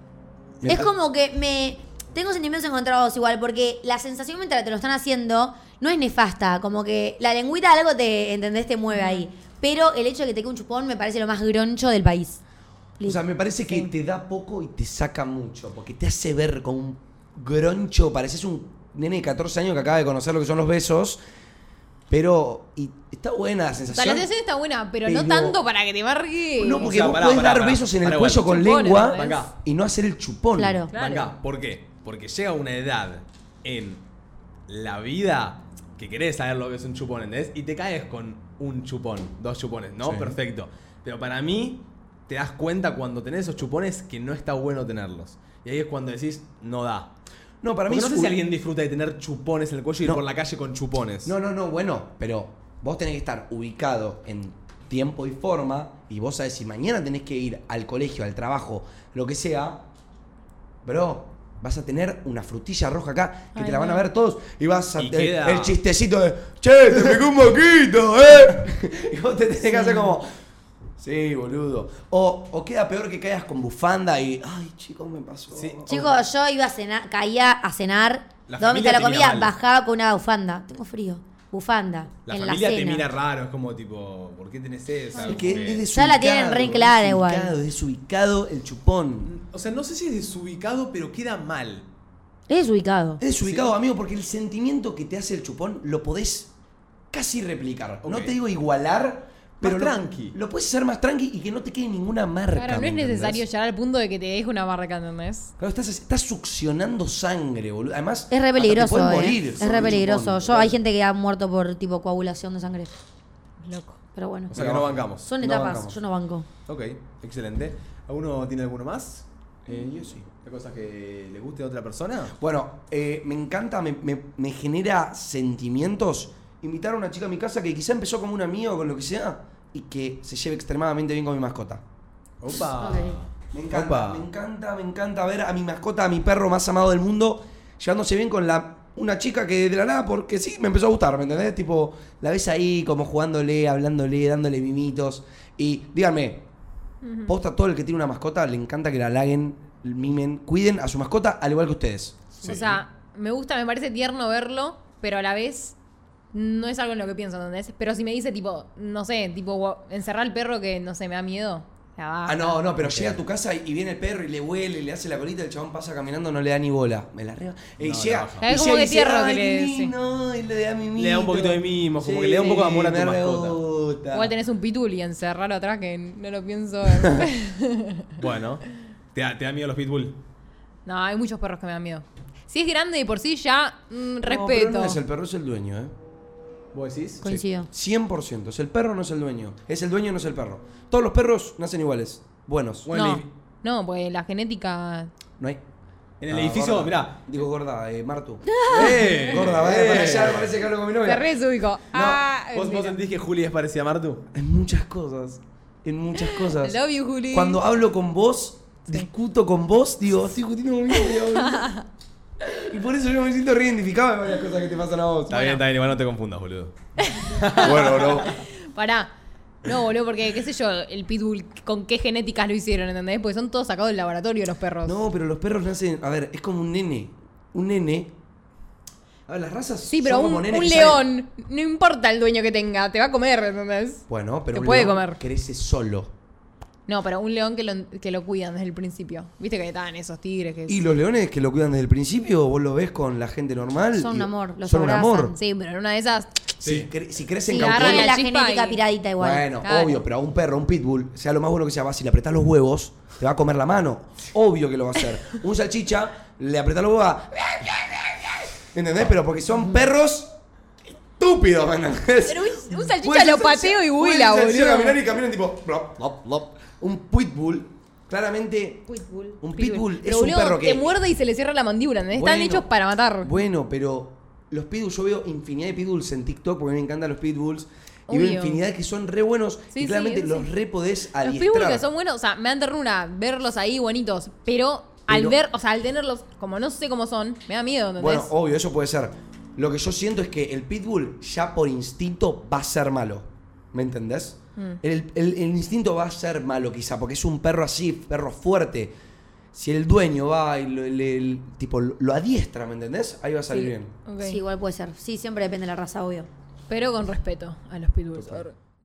D: Es como que me. Tengo sentimientos encontrados igual, porque la sensación mientras te lo están haciendo no es nefasta. Como que la lengüita algo te, ¿entendés? Te mueve ahí. Pero el hecho de que te quede un chupón me parece lo más groncho del país.
B: O sea, me parece que te da poco y te saca mucho, porque te hace ver con un groncho, pareces un nene de 14 años que acaba de conocer lo que son los besos, pero y está buena la
C: O sea, la
B: sensación.
C: sensación está buena, pero no
B: Pero-
C: tanto para que te marque.
B: No, porque
A: O sea,
B: vos
A: pará,
B: podés
A: pará,
B: dar
A: pará,
B: besos en el
A: pará,
B: cuello
A: igual.
B: con
C: Chupón,
B: lengua
C: ¿entendés?
A: Acá.
B: y no hacer el chupón.
D: Claro.
C: Claro.
A: Acá, ¿por qué? Porque llega una edad en la vida que querés saber lo que es un chupón, ¿entendés? Y te caes con un chupón, dos chupones, ¿no?
B: Sí.
A: Perfecto. Pero para mí, te das cuenta cuando tenés esos chupones que no está bueno tenerlos. Y ahí es cuando decís, no da.
B: No, para mí
A: Porque no sé
B: es un-
A: si alguien disfruta de tener chupones en el cuello y ir
B: No.
A: por la calle con chupones.
B: No, no, no, bueno, pero vos tenés que estar ubicado en tiempo y forma y vos sabés si mañana tenés que ir al colegio, al trabajo, lo que sea, bro, vas a tener una frutilla roja acá que
C: Ay,
B: te la van a
C: no.
B: ver todos y vas a
A: Y
B: te-
A: queda-
B: el chistecito de, che, te pegó un moquito, eh. y vos te tenés que hacer como... Sí, boludo. O, o queda peor que caigas con bufanda y. Ay, chicos, me pasó.
A: Sí.
D: Chicos, yo iba a cenar, caía a cenar,
A: La
D: dos
A: familia
D: mitad de
A: te
D: la
A: mira
D: comida,
A: mal.
D: bajaba con una bufanda. Tengo frío. Bufanda.
A: La
D: en
A: familia
D: la
A: te
D: cena.
A: mira raro, es como tipo, ¿por qué tenés esa?
B: Es que
A: Como
B: es
D: Ya
B: desubicado.
D: la tienen re clara igual.
B: desubicado, Es desubicado el chupón.
A: O sea, no sé si es desubicado, pero queda mal.
D: Es ubicado.
B: Es ubicado, amigo, porque el sentimiento que te hace el chupón lo podés casi replicar. No
A: Ok.
B: te digo igualar, pero lo-
A: tranqui.
B: Lo, puedes hacer más tranqui y que no te quede ninguna marca.
C: Claro, no
B: ¿me
C: es necesario
B: entendés?
C: llegar al punto de que te deje una marca, ¿entendés?
B: Claro, estás, estás succionando sangre, boludo. Además,
D: Es re
B: hasta te
D: peligroso,
B: pueden
D: eh.
B: morir
D: Es
B: con
D: re
B: un
D: peligroso.
B: chupón.
D: Yo, hay gente que ha muerto por tipo coagulación de sangre.
C: Loco.
D: Pero bueno.
A: O sea, que no bancamos.
D: Son
B: no
D: etapas,
B: bancamos.
D: yo no banco.
A: Ok, excelente. ¿Alguno tiene alguno más? Eh,
C: Mm.
A: yo sí. ¿Hay cosas que le guste a otra persona?
B: Bueno, eh, me encanta, me, me- me genera sentimientos invitar a una chica a mi casa que quizá empezó como un amigo, con lo que sea, y que se lleve extremadamente bien con mi mascota.
A: Opa.
B: Me encanta,
A: Opa.
B: me encanta, me encanta ver a mi mascota, a mi perro más amado del mundo, llevándose bien con la una chica que de la nada, porque sí, me empezó a gustar, ¿me entendés? Tipo, la ves ahí como jugándole, hablándole, dándole mimitos. Y díganme, posta todo el que tiene una mascota, le encanta que la halaguen, mimen, cuiden a su mascota al igual que ustedes.
C: O sea, me gusta, me parece tierno verlo, pero a la vez no es algo en lo que pienso, ¿entendés? Pero si me dice, tipo, no sé, tipo, "Wow, encerrar al perro que, no sé, me da miedo. la baja.
B: Ah, no, no, pero llega a tu casa y viene el perro y le huele, le hace la colita, el chabón pasa caminando, no le da ni bola. Me la reba. Y
A: No, la
B: llega.
A: baja.
B: y
C: Es
B: llega y
C: como que
B: dice,
C: tierno que
B: "Ay,
C: le-
B: qué
C: sí.
B: lindo", y le da mimito.
A: Le da un poquito de mimo, como que le da un poco de amor a tu
B: me
A: mascota.
B: rebota.
C: Igual tenés un pitul y encerrarlo atrás que no lo pienso.
A: Bueno. ¿Te da, te da miedo los pitbull?
C: no, hay muchos perros que me dan miedo. Si es grande y por sí ya, mm,
B: No,
C: respeto.
B: pero no es el perro, es el dueño, ¿eh?
A: ¿Vos decís?
D: Coincido.
B: 100%. Es el perro, no es el dueño. Es el dueño, no es el perro. Todos los perros nacen iguales. Buenos.
A: Bueno, y-
C: No, no, pues la genética.
B: No hay.
A: en el
B: Ah,
A: edificio,
B: gorda.
A: mirá.
B: Digo gorda, eh, Martu.
A: ¡Eh!
B: gorda, vaya para
A: Eh.
B: allá, parece que hablo con mi
C: Te
B: novia.
C: re desubico. ah,
A: ¿Vos, vos
C: mentira.
A: sentís que Juli es parecida a Martu?
B: En muchas cosas. En muchas cosas.
C: I love you, Juli.
B: Cuando hablo con vos, discuto con vos, digo, estoy discutiendo con mi novia. boludo". y por eso yo me siento reidentificado de varias cosas que te pasan a vos.
A: Está bien, está bien, igual no te confundas, boludo.
B: Bueno, bro.
C: Pará. No, boludo, porque qué sé yo, el pitbull, con qué genéticas lo hicieron, ¿entendés? Porque son todos sacados del laboratorio los perros.
B: No, pero los perros nacen. A ver, es como un nene. Un nene. A ver, las razas.
C: sí, pero
B: son
C: un,
B: como nenes
C: un
B: que salen-
C: león, no importa el dueño que tenga, te va a comer, ¿entendés?
B: Bueno, pero
C: Te
B: un
C: puede
B: león
C: comer.
B: crece solo.
C: No, pero un león que lo, que lo cuidan desde el principio. Viste que estaban esos tigres que...
B: Y los leones que lo cuidan desde el principio, vos lo ves con la gente normal.
D: Son un
B: y-
D: amor, los
B: son un
D: abrazan,
B: amor.
C: Sí, pero en una de esas...
B: Si, cre- si crecen
D: Sí,
B: cautivos-
C: Agarran
D: agarran
C: la
D: la
C: chispa
D: genética
C: y-
D: piradita igual.
B: Bueno,
C: claro.
B: obvio, pero a un perro, a un pitbull, sea lo más bueno que sea, va, si le apretás los huevos, te va a comer la mano. Obvio que lo va a hacer. Un salchicha, le apretás los huevos, va- ¿entendés? Pero porque son perros estúpidos, ¿me entendés?
C: Pero un, un
B: Puede
C: salchicha
B: ser
C: lo
B: salchicha-
C: pateo y
B: puede
C: vuela,
B: ser salchicha
C: boludo.
B: pues caminar y caminan tipo, blop, blop, blop. Un pitbull, claramente,
D: Pitbull.
B: un pitbull es
C: Pero,
B: un
C: boludo,
B: perro que...
C: te muerde y se le cierra la mandíbula, ¿entendés? Están
B: Bueno.
C: hechos para matar.
B: Bueno, pero los pitbulls, yo veo infinidad de pitbulls en TikTok porque me encantan los pitbulls. Y veo
C: Obvio.
B: infinidad que son re buenos
C: Sí,
B: y
C: sí,
B: claramente
C: eso
B: los
C: sí.
B: re podés
C: Los
B: adiestrar.
C: pitbull que son buenos, o sea, me dan ternura verlos ahí bonitos, pero, al
B: Pero-
C: ver, o sea, al tenerlos, como no sé cómo son, me da miedo, ¿entendés?
B: Bueno, obvio, eso puede ser. Lo que yo siento es que el pitbull ya por instinto va a ser malo. ¿Me entendés?
K: Mm.
B: El, el- el instinto va a ser malo quizá, porque es un perro así, perro fuerte. Si el dueño va y lo, le- le- tipo, lo adiestra, ¿me entendés? Ahí va a salir bien.
C: Ok.
D: Sí, igual puede ser. Sí, siempre depende de la raza, obvio.
C: Pero con respeto a los pitbulls. Arre.